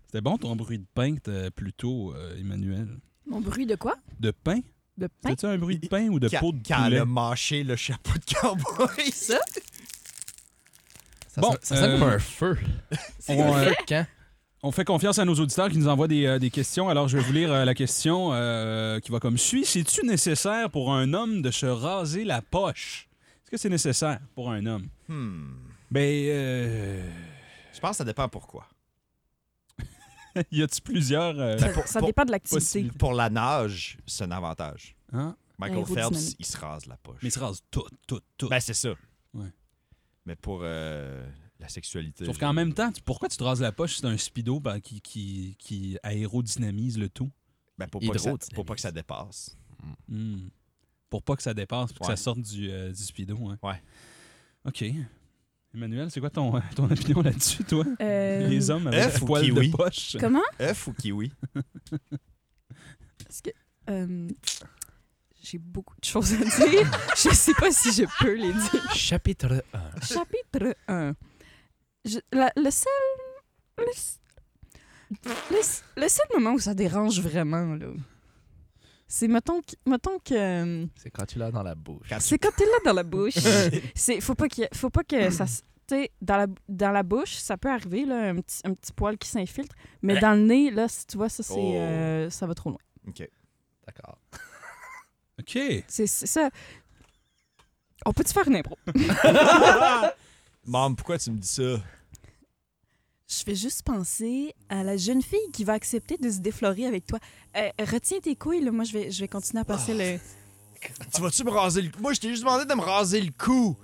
Speaker 1: C'était bon ton bruit de pinte euh, plutôt, euh, Emmanuel.
Speaker 7: Mon bruit de quoi?
Speaker 1: De pain?
Speaker 7: De pain?
Speaker 1: C'était-tu un bruit de pain ou de
Speaker 3: Quand-
Speaker 1: peau de
Speaker 3: Quand elle
Speaker 1: poulet?
Speaker 3: a mâché le chapeau de
Speaker 2: (laughs)
Speaker 3: cowboy.
Speaker 7: Ça?
Speaker 4: Ça
Speaker 1: Bon,
Speaker 4: sonne- ça sonne
Speaker 1: euh,
Speaker 4: comme un feu.
Speaker 1: on, euh,
Speaker 4: Quand?
Speaker 1: on fait confiance à nos auditeurs qui nous envoient des, euh, des questions. Alors, je vais vous lire euh, la question euh, qui va comme suit. C'est-tu nécessaire pour un homme de se raser la poche? Est-ce que c'est nécessaire pour un homme?
Speaker 3: Hmm.
Speaker 1: Ben, euh,
Speaker 3: Je pense que ça dépend pourquoi.
Speaker 1: (laughs) y a-tu plusieurs... euh,
Speaker 3: Pour,
Speaker 7: Ça
Speaker 3: pour-
Speaker 7: dépend de l'activité.
Speaker 1: possibilités?
Speaker 3: pour la nage, c'est un avantage.
Speaker 1: Hein?
Speaker 3: Michael Phelps,
Speaker 7: Aérodynamique.
Speaker 3: il se rase la poche.
Speaker 1: Mais ils se rasent tout, tout, tout.
Speaker 3: Ben, c'est ça.
Speaker 1: Ouais.
Speaker 3: Mais pour euh, la sexualité.
Speaker 1: Sauf
Speaker 3: je-
Speaker 1: qu'en même temps, tu- pourquoi tu te rases la poche si c'est un speedo ben, qui, qui, qui aérodynamise le tout?
Speaker 3: Ben, pour, pas que ça,
Speaker 4: Hydrodynamisme.
Speaker 3: pour pas que ça dépasse.
Speaker 1: Hmm. pour pas que ça dépasse, pour
Speaker 3: Ouais.
Speaker 1: que ça sorte du, euh, du speedo. hein.
Speaker 3: Ouais.
Speaker 1: OK. Emmanuel, c'est quoi ton, euh, ton opinion là-dessus, toi?
Speaker 2: Euh,
Speaker 1: Les hommes avec
Speaker 3: F
Speaker 1: un
Speaker 3: ou
Speaker 1: poil
Speaker 3: kiwi?
Speaker 1: de poche.
Speaker 2: Comment?
Speaker 3: F ou
Speaker 1: (laughs)
Speaker 3: kiwi?
Speaker 2: Parce que, euh, j'ai beaucoup de choses à dire. (laughs) je sais pas si je peux les dire.
Speaker 4: Chapitre 1.
Speaker 2: Chapitre 1. Je- la- le seul... Le, s- le- le seul moment où ça dérange vraiment, là, c'est, mettons, que- mettons que... euh,
Speaker 4: C'est quand tu l'as dans la bouche.
Speaker 2: C'est quand t'es là dans la bouche. C'est faut pas que faut pas que ça se- tu sais, dans la, dans la bouche, ça peut arriver là, un, petit, un petit poil qui s'infiltre, mais dans le nez là, si tu vois ça c'est
Speaker 3: Oh.
Speaker 2: euh, ça va trop loin.
Speaker 4: D'accord.
Speaker 1: OK.
Speaker 2: C'est c'est ça. On peut tu faire une impro
Speaker 1: Ah!
Speaker 3: Maman, pourquoi tu me dis ça?
Speaker 6: Je vais juste penser à la jeune fille qui va accepter de se déflorer avec toi. Euh, retiens tes couilles, là. moi je vais, je vais continuer à passer le...
Speaker 2: Ah.
Speaker 6: (laughs)
Speaker 3: Tu vas-tu me raser le cou? Moi, je t'ai juste demandé de me raser le cou.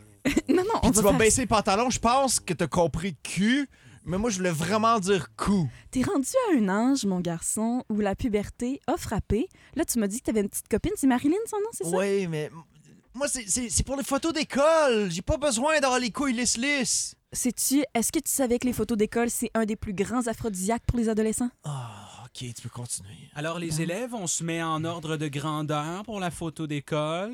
Speaker 2: Non non, on
Speaker 3: Puis tu
Speaker 2: va
Speaker 3: vas
Speaker 2: faire-
Speaker 3: baisser les pantalons. Je pense que t'as compris cul, mais moi, je voulais vraiment dire cou.
Speaker 6: T'es rendu à un âge, mon garçon, où la puberté a frappé. Là, tu m'as dit que t'avais une petite copine. C'est Marilyn, son nom, c'est ça?
Speaker 3: Oui, mais m- moi, c'est- c'est c'est pour les photos d'école. J'ai pas besoin d'avoir les couilles lisses-lisses.
Speaker 6: Sais-tu, est-ce que tu savais que les photos d'école, c'est un des plus grands aphrodisiaques pour les adolescents?
Speaker 3: Ah, ok, tu peux continuer.
Speaker 1: Alors, les élèves, on se met en ordre de grandeur pour la photo d'école.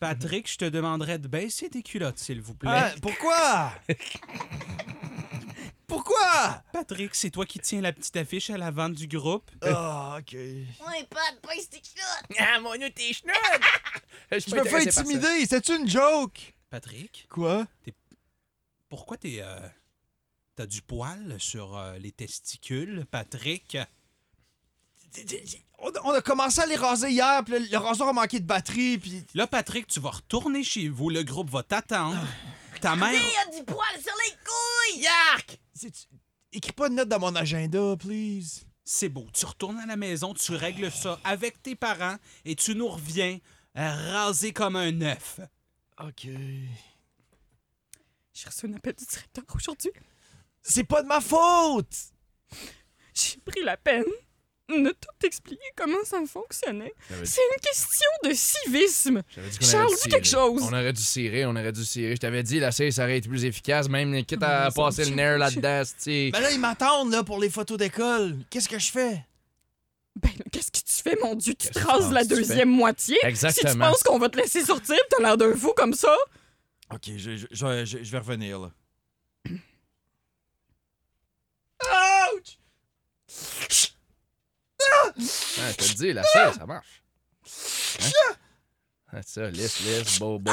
Speaker 1: Patrick, je te demanderais de baisser tes culottes, s'il vous plaît.
Speaker 3: Ah, (laughs) pourquoi? pourquoi?
Speaker 1: Patrick, c'est toi qui tiens la petite affiche à l'avant du groupe.
Speaker 3: Ah, ok.
Speaker 4: Ah, mon Dieu, tes chenottes!
Speaker 3: Je me fais intimider. C'est-tu une joke?
Speaker 1: Patrick,
Speaker 3: Quoi?
Speaker 1: pourquoi t'es... euh, T'as du poil sur euh, les testicules, Patrick.
Speaker 3: On on a commencé à les raser hier, puis le, le rasoir a manqué de batterie, puis...
Speaker 1: Là, Patrick, tu vas retourner chez vous. Le groupe va t'attendre. Ta mère...
Speaker 3: C'est- Écris pas de note dans mon agenda, please.
Speaker 1: C'est beau. Tu retournes à la maison, tu règles ça avec tes parents et tu nous reviens euh, rasé comme un œuf.
Speaker 3: OK.
Speaker 2: J'ai reçu un appel du directeur aujourd'hui.
Speaker 3: C'est pas de ma faute!
Speaker 2: J'ai pris la peine de tout expliquer comment ça fonctionnait. C'est une question de civisme. Charles, dis quelque chose.
Speaker 4: On aurait dû cirer, on aurait dû cirer. Je t'avais dit, la cire, ça aurait été plus efficace, même quitte à
Speaker 2: Ah, ça me
Speaker 4: passer le
Speaker 2: tue.
Speaker 4: nerf là-dedans, tu
Speaker 3: Ben là, ils m'attendent, là, pour les photos d'école. Qu'est-ce que je fais?
Speaker 2: Ben là, qu'est-ce que tu fais mon dieu, tu te
Speaker 4: Qu'est-ce que
Speaker 2: rases
Speaker 4: tu
Speaker 2: la
Speaker 4: penses que tu
Speaker 2: deuxième moitié. Ben, Si tu
Speaker 4: Exactement.
Speaker 2: penses qu'on va te laisser sortir, t'as l'air d'un fou comme ça.
Speaker 3: OK, je, je, je- je- je vais revenir, là. Ouch!
Speaker 4: Ah, je te le dis, la cire, ça marche. Hein? Ah, ça, lisse, lisse, beau, beau.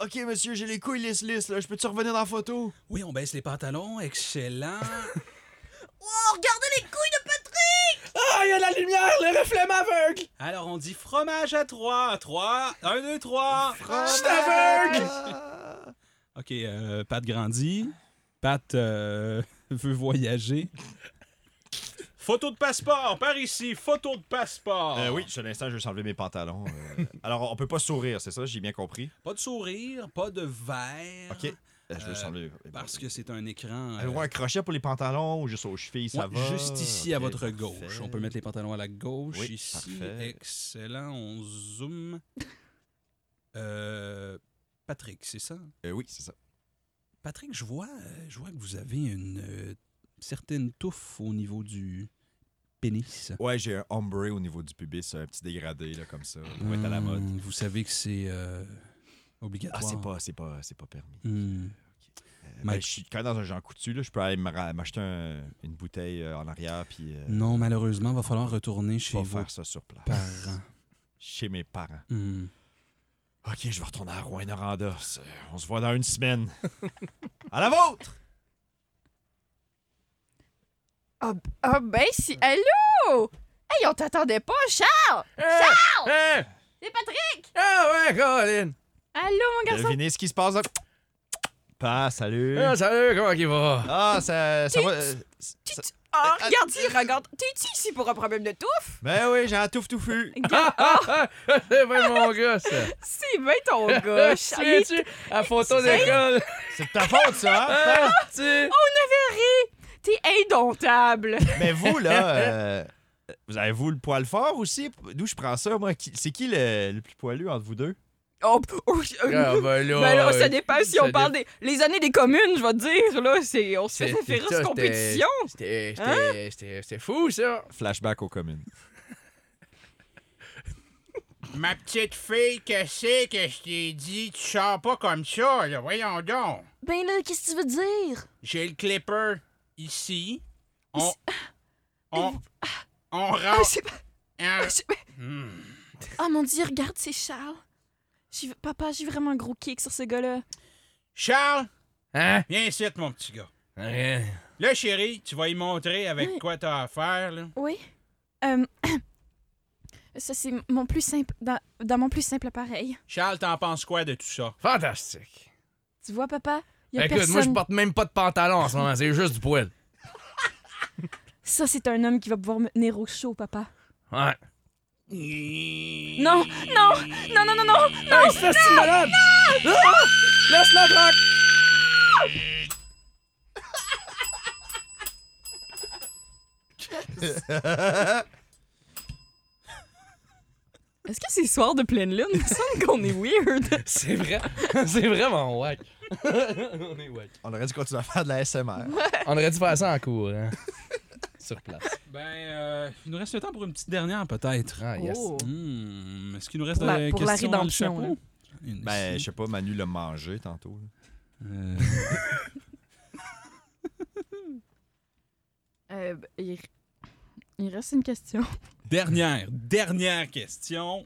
Speaker 3: OK, monsieur, j'ai les couilles lisses-lisses, là. Je peux-tu revenir dans la photo?
Speaker 1: Oui, on baisse les pantalons. Excellent.
Speaker 3: (laughs) Ah, il y a la lumière! Le reflet m'aveugle!
Speaker 1: Alors, on dit fromage à trois. Trois. Un, deux, trois.
Speaker 3: Je suis aveugle!
Speaker 1: OK, euh, Pat grandit. Pat euh, (laughs) veut voyager. Photo de passeport, par ici, photo de passeport.
Speaker 3: Euh, oui, sur l'instant, je vais enlever mes pantalons. euh. Alors, on peut pas sourire, c'est ça? J'ai bien compris.
Speaker 1: Pas de sourire, pas de verre.
Speaker 3: OK. Euh, Je vais juste
Speaker 1: Euh,
Speaker 3: enlever.
Speaker 1: Parce que c'est un écran. euh,
Speaker 3: Avez-vous un crochet pour les pantalons ou juste aux chevilles, ça
Speaker 1: Ouais,
Speaker 3: va?
Speaker 1: Juste ici à
Speaker 3: Ok,
Speaker 1: votre
Speaker 3: parfait.
Speaker 1: gauche. On peut mettre les pantalons à la gauche
Speaker 3: Oui,
Speaker 1: ici.
Speaker 3: parfait.
Speaker 1: Excellent. On
Speaker 3: (laughs)
Speaker 1: zoome. Euh, Patrick, c'est ça?
Speaker 3: Euh, oui, c'est ça.
Speaker 1: Patrick, je vois, euh, je vois que vous avez une euh, certaine touffe au niveau du pénis.
Speaker 3: Ouais, j'ai un ombre au niveau du pubis, un petit dégradé, là, comme ça. Pour être à la mode.
Speaker 1: Hum, Vous savez que c'est euh,
Speaker 3: Ah,
Speaker 1: obligatoire.
Speaker 3: c'est pas, c'est pas, c'est pas permis.
Speaker 1: Hum.
Speaker 3: Euh, ben,
Speaker 1: Mike.
Speaker 3: je suis quand même dans un Jean Coutu, là. Je peux aller me ra- m'acheter un- une bouteille euh, en arrière, puis euh,
Speaker 1: Non, malheureusement, va falloir retourner
Speaker 3: je
Speaker 1: chez
Speaker 3: vais
Speaker 1: vos
Speaker 3: faire ça sur place.
Speaker 1: parents.
Speaker 3: Chez mes parents.
Speaker 1: Hum.
Speaker 3: Ok, je vais retourner à Rouen-Noranda. C'est- On se voit dans une semaine. à la vôtre!
Speaker 2: Ah, b- ah ben si. Allô? Hey, on t'attendait pas, Charles!
Speaker 4: Charles!
Speaker 6: C'est Patrick!
Speaker 4: Hein? Ah ouais, Colin!
Speaker 6: Allô, mon garçon?
Speaker 3: Devinez ce qui se passe dans... Pas, salut!
Speaker 4: Ah, salut, comment il va?
Speaker 3: Ah, ça, ça va... euh,
Speaker 2: Tu-
Speaker 3: ça-
Speaker 2: tu- Ah,
Speaker 3: Ah,
Speaker 2: regarde, il regarde. T'es-tu ici pour un problème de touffe?
Speaker 3: Ben oui, j'ai un touffe touffu.
Speaker 4: Ah, C'est bien mon gars, ça! Ah,
Speaker 2: C'est bien
Speaker 4: (laughs)
Speaker 2: ton gars, Charles. Il-
Speaker 4: tu à photo d'école?
Speaker 3: C'est de ta faute, ça! hein?
Speaker 4: Ah, tu...
Speaker 2: T'es indomptable.
Speaker 3: Mais vous, là, euh, Vous avez-vous le poil fort aussi? D'où je prends ça, moi? Qui- C'est qui le, le plus poilu entre vous deux?
Speaker 2: Oh, p- oh, (laughs) euh,
Speaker 4: ben là,
Speaker 2: ben là, ça dépend si
Speaker 4: ça
Speaker 2: on parle des les années des communes, je vais te dire. Là, c'est- on se fait
Speaker 4: C'était-
Speaker 2: sa féroce
Speaker 4: c'était-
Speaker 2: compétition.
Speaker 4: C'était c'était- c'était- c'était fou, ça.
Speaker 3: Flashback aux communes.
Speaker 7: Ma petite fille, qu'est-ce que c'est que je t'ai dit? Tu sors pas comme ça, là. Voyons donc.
Speaker 6: Ben là, qu'est-ce que tu veux dire?
Speaker 7: J'ai le clipper ici. On. On. On rentre.
Speaker 6: c'est pas-
Speaker 7: un-
Speaker 6: c'est-
Speaker 4: Hmm.
Speaker 6: Ah mon dieu, regarde, c'est Charles. J'ai- Papa, j'ai vraiment un gros kick sur ce gars-là.
Speaker 7: Charles,
Speaker 4: Hein?
Speaker 7: viens ici, mon petit gars.
Speaker 4: Rien.
Speaker 7: Là, chérie, tu vas y montrer avec quoi t'as à faire, là.
Speaker 6: Oui. Euh, ça, c'est mon plus simple. Dans, dans mon plus simple appareil.
Speaker 7: Charles, t'en penses quoi de tout ça?
Speaker 4: Fantastique.
Speaker 6: Tu vois, papa? Y a
Speaker 4: Ben, Écoute,
Speaker 6: personne.
Speaker 4: moi, je porte même pas de pantalon en ce moment. C'est juste du poil.
Speaker 6: Ça, c'est un homme qui va pouvoir me tenir au chaud, papa.
Speaker 4: Ouais.
Speaker 6: Non, non, non, non, non, non, non!
Speaker 4: Ça, c'est malade. Ah! Laisse-la tranquille.
Speaker 2: Est-ce que c'est soir de pleine lune? Il me semble qu'on est
Speaker 4: (laughs)
Speaker 2: weird.
Speaker 4: C'est vrai. C'est vraiment whack. On est whack.
Speaker 3: On aurait dû continuer à faire de la SMR.
Speaker 4: On aurait dû faire ça en cours, hein. Sur place.
Speaker 1: Ben, euh, il nous reste le temps pour une petite dernière, peut-être.
Speaker 4: Ah, yes.
Speaker 2: Oh.
Speaker 1: Hmm, Est-ce qu'il nous reste
Speaker 6: Pour la-
Speaker 1: une
Speaker 6: pour la
Speaker 1: question dans le
Speaker 6: rédemption,
Speaker 1: chapeau? Une-
Speaker 3: Ben, je sais pas, Manu l'a mangé tantôt. là.
Speaker 1: Euh,
Speaker 2: Euh, ben, il... il reste une question. (laughs)
Speaker 1: dernière, dernière question.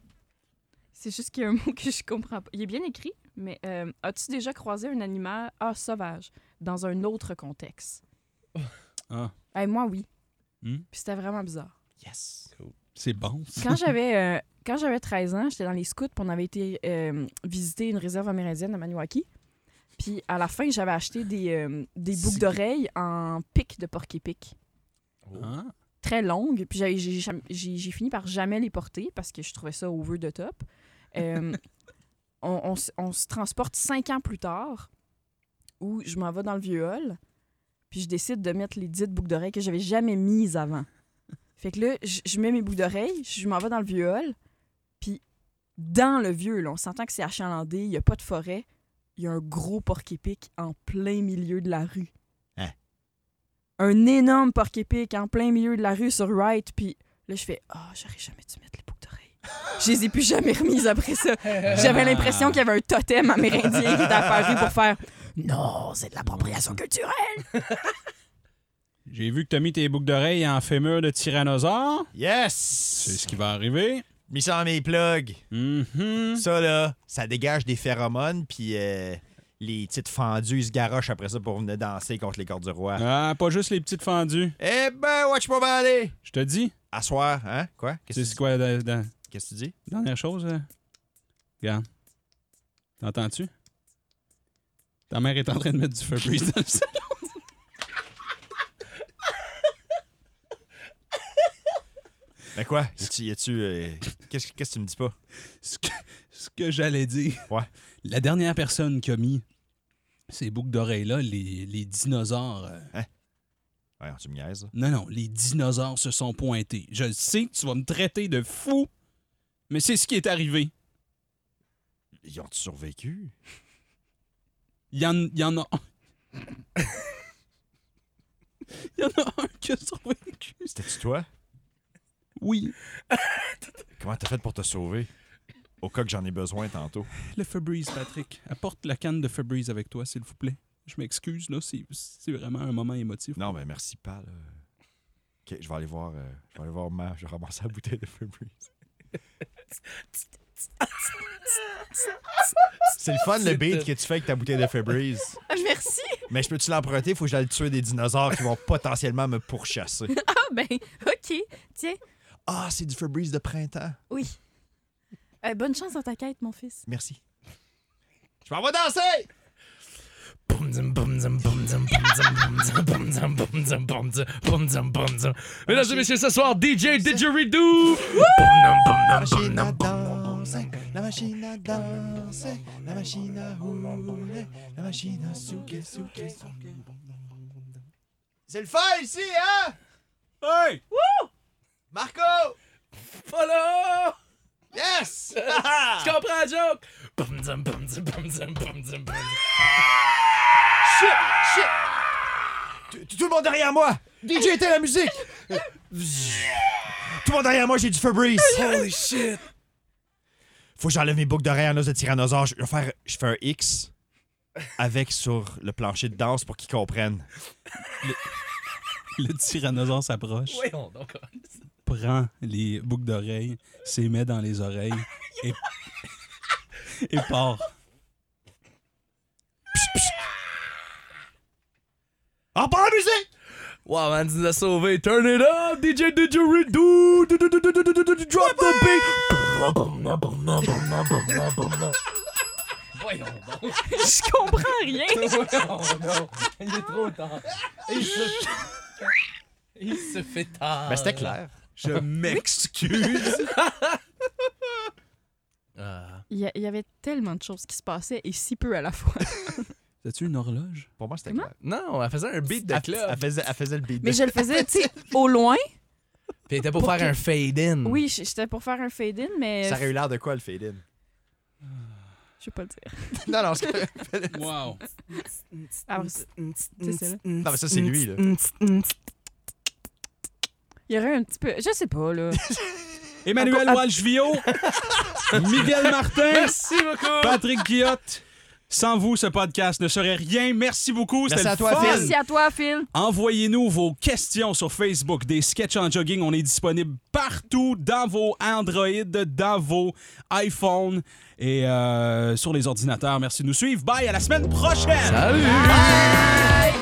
Speaker 2: C'est juste qu'il y a un mot que je comprends pas. Il est bien écrit, mais euh, as-tu déjà croisé un animal ah, sauvage dans un autre contexte?
Speaker 1: (laughs) Ah.
Speaker 2: Eh, moi, oui.
Speaker 1: Hmm?
Speaker 2: Puis c'était vraiment bizarre.
Speaker 1: C'est bon. ça.
Speaker 2: Quand j'avais euh, quand j'avais 13 ans, j'étais dans les scouts, puis on avait été euh, visiter une réserve amérindienne à Maniwaki. Puis à la fin, j'avais acheté des, euh, des boucles d'oreilles en pic de porc-épic.
Speaker 1: Hein?
Speaker 2: très longues. Puis j'ai- j'ai jam- j'ai j'ai fini par jamais les porter parce que je trouvais ça over the top. Euh, (laughs) on, on s- on se transporte cinq ans plus tard où je m'en vais dans le vieux hall. Puis je décide de mettre les dites boucles d'oreilles que j'avais jamais mises avant. Fait que là, je je mets mes boucles d'oreilles, je m'en vais dans le vieux hall. Puis dans le vieux, là, on s'entend que c'est achalandé, il n'y a pas de forêt. Il y a un gros porc-épic en plein milieu de la rue un énorme porc-épic en plein milieu de la rue sur Wright, puis là, je fais « Ah, j'aurais jamais dû mettre les boucles d'oreilles. » Je les ai plus jamais remises après ça. J'avais l'impression qu'il y avait un totem amérindien qui était apparu pour faire « Non, c'est de l'appropriation culturelle.
Speaker 1: J'ai vu que t'as mis tes boucles d'oreilles en fémur de tyrannosaure. C'est
Speaker 3: Yes!
Speaker 1: ce qui va arriver.
Speaker 3: Mis ça dans mes plugs.
Speaker 1: Mhm.
Speaker 3: Ça, là, ça dégage des phéromones, puis euh, les petites fendues, ils se garochent après ça pour venir danser contre les cordes du roi.
Speaker 1: Ah, pas juste les petites fendues.
Speaker 3: Eh ben, watch pas mal aller!
Speaker 1: Je te dis,
Speaker 3: À soir, hein? Quoi?
Speaker 1: c'est
Speaker 3: Qu'est-ce que tu dis?
Speaker 1: quoi la la-
Speaker 3: Qu'est-ce que tu dis?
Speaker 1: dernière chose? euh? Regarde. T'entends-tu? Ta mère est en train de mettre du Febreze dans le salon.
Speaker 3: Ben quoi? Y a-tu- y a-tu. euh, Qu'est-ce qu'est-ce que tu me dis pas?
Speaker 1: ce que, ce que j'allais dire.
Speaker 3: Ouais.
Speaker 1: La dernière personne qui a mis ces boucles d'oreilles-là, les, les dinosaures. euh,
Speaker 3: Ouais, tu me niaises. là.
Speaker 1: non, non, les dinosaures se sont pointés. Je le sais que tu vas me traiter de fou, mais c'est ce qui est arrivé.
Speaker 3: Ils ont survécu?
Speaker 1: Il y en, il y en a un. (laughs) Il y en a un qui a survécu.
Speaker 3: C'était-tu toi?
Speaker 1: Oui,
Speaker 3: Comment t'as fait pour te sauver? Au cas que j'en ai besoin tantôt.
Speaker 1: le Febreze, Patrick. Apporte la canne de Febreze avec toi, s'il vous plaît. Je m'excuse, là, c'est- c'est vraiment un moment émotif. (laughs)
Speaker 3: Non, mais merci pas, là. Ok, je vais aller voir. euh, je vais aller voir ma. Je vais ramasser la bouteille de Febreze. C'est le fun, le beat que tu fais avec ta bouteille de Febreze.
Speaker 2: Merci.
Speaker 3: Mais je peux-tu l'emprunter? Faut que j'aille tuer des dinosaures qui vont potentiellement me pourchasser.
Speaker 2: Ah ben, OK. Tiens.
Speaker 3: Ah, c'est du Febreze de printemps.
Speaker 2: Oui. Euh, bonne chance dans ta quête, mon fils.
Speaker 3: Merci. Je m'en vais danser!
Speaker 4: Boum, zam, boum, zam, boum, zam, boum, zam, boum, zam, boum, zam, boum, zam, boum, zam, boum, zam, boum, zam. Mesdames et messieurs, ce soir, DJ Didgeridoo!
Speaker 3: La machine à danser, la machine à danser, la machine à rouler, la machine à souquer, souquer, souquer. C'est le fun ici, hein?
Speaker 1: Hey!
Speaker 3: Marco!
Speaker 4: Voilà!
Speaker 3: Yes! (laughs)
Speaker 4: Je comprends la joke!
Speaker 5: Bum, zum, bum, zum, bum, zum, bum, zum, bum, zum.
Speaker 3: Shit! Shit! Tout- Tout tout le monde derrière moi! DJ éteint la musique! Tout le monde derrière moi, j'ai du Febreze!
Speaker 4: Holy shit!
Speaker 3: Faut que j'enlève mes boucles d'oreilles en os de tyrannosaure. Je vais faire, je fais un X avec sur le plancher de danse pour qu'ils comprennent.
Speaker 1: Le tyrannosaure s'approche,
Speaker 5: Voyons donc.
Speaker 1: prend les boucles d'oreilles, s'les met dans les (laughs) oreilles et, et part.
Speaker 3: On part Ah, la musique!
Speaker 4: Wow, man, tu nous as sauvés. Turn it up, DJ Didgeridoo! Do, do, do, do, do, do, do, do, Drop the beat!
Speaker 5: Voyons donc.
Speaker 2: Je comprends rien.
Speaker 5: Voyons donc. Il est trop tard. Il se, Il se fait tard.
Speaker 3: Ben, c'était clair.
Speaker 1: Je m'excuse.
Speaker 4: Ah,
Speaker 2: Il y, a- il y avait tellement de choses qui se passaient et si peu à la fois.
Speaker 1: As-tu une horloge?
Speaker 3: Pour moi, c'était
Speaker 2: Comment?
Speaker 3: clair.
Speaker 4: non, elle faisait un beat de
Speaker 3: Elle- Elle
Speaker 4: club.
Speaker 3: faisait, elle faisait le beat.
Speaker 2: (laughs) Mais je le faisais, tu sais, (laughs) Mm. au loin.
Speaker 4: Puis elle était pour faire un fade-in.
Speaker 2: Oui, j- j'étais pour faire un fade-in, mais
Speaker 3: Ça aurait eu l'air de quoi, le fade-in?
Speaker 2: je sais pas le dire.
Speaker 3: non, non, c'est-
Speaker 1: Wow.
Speaker 2: Ah, c'est- c'est ça, là.
Speaker 3: non, mais ça, c'est lui, là.
Speaker 2: Il y aurait un petit peu... Je sais pas, là.
Speaker 1: Emmanuel
Speaker 3: (laughs)
Speaker 1: Walsh-Vio, Miguel Martin,
Speaker 4: Merci beaucoup!
Speaker 1: Patrick Guillotte. Sans vous, ce podcast ne serait rien. Merci beaucoup.
Speaker 3: Merci
Speaker 1: c'était
Speaker 3: à
Speaker 1: le
Speaker 3: toi,
Speaker 1: fun.
Speaker 3: Phil.
Speaker 2: Merci à toi, Phil.
Speaker 1: Envoyez-nous vos questions sur Facebook, des sketchs en jogging. On est disponible partout dans vos Android, dans vos iPhones et euh, sur les ordinateurs. Merci de nous suivre. Bye, à la semaine prochaine!
Speaker 4: Salut!
Speaker 3: Bye!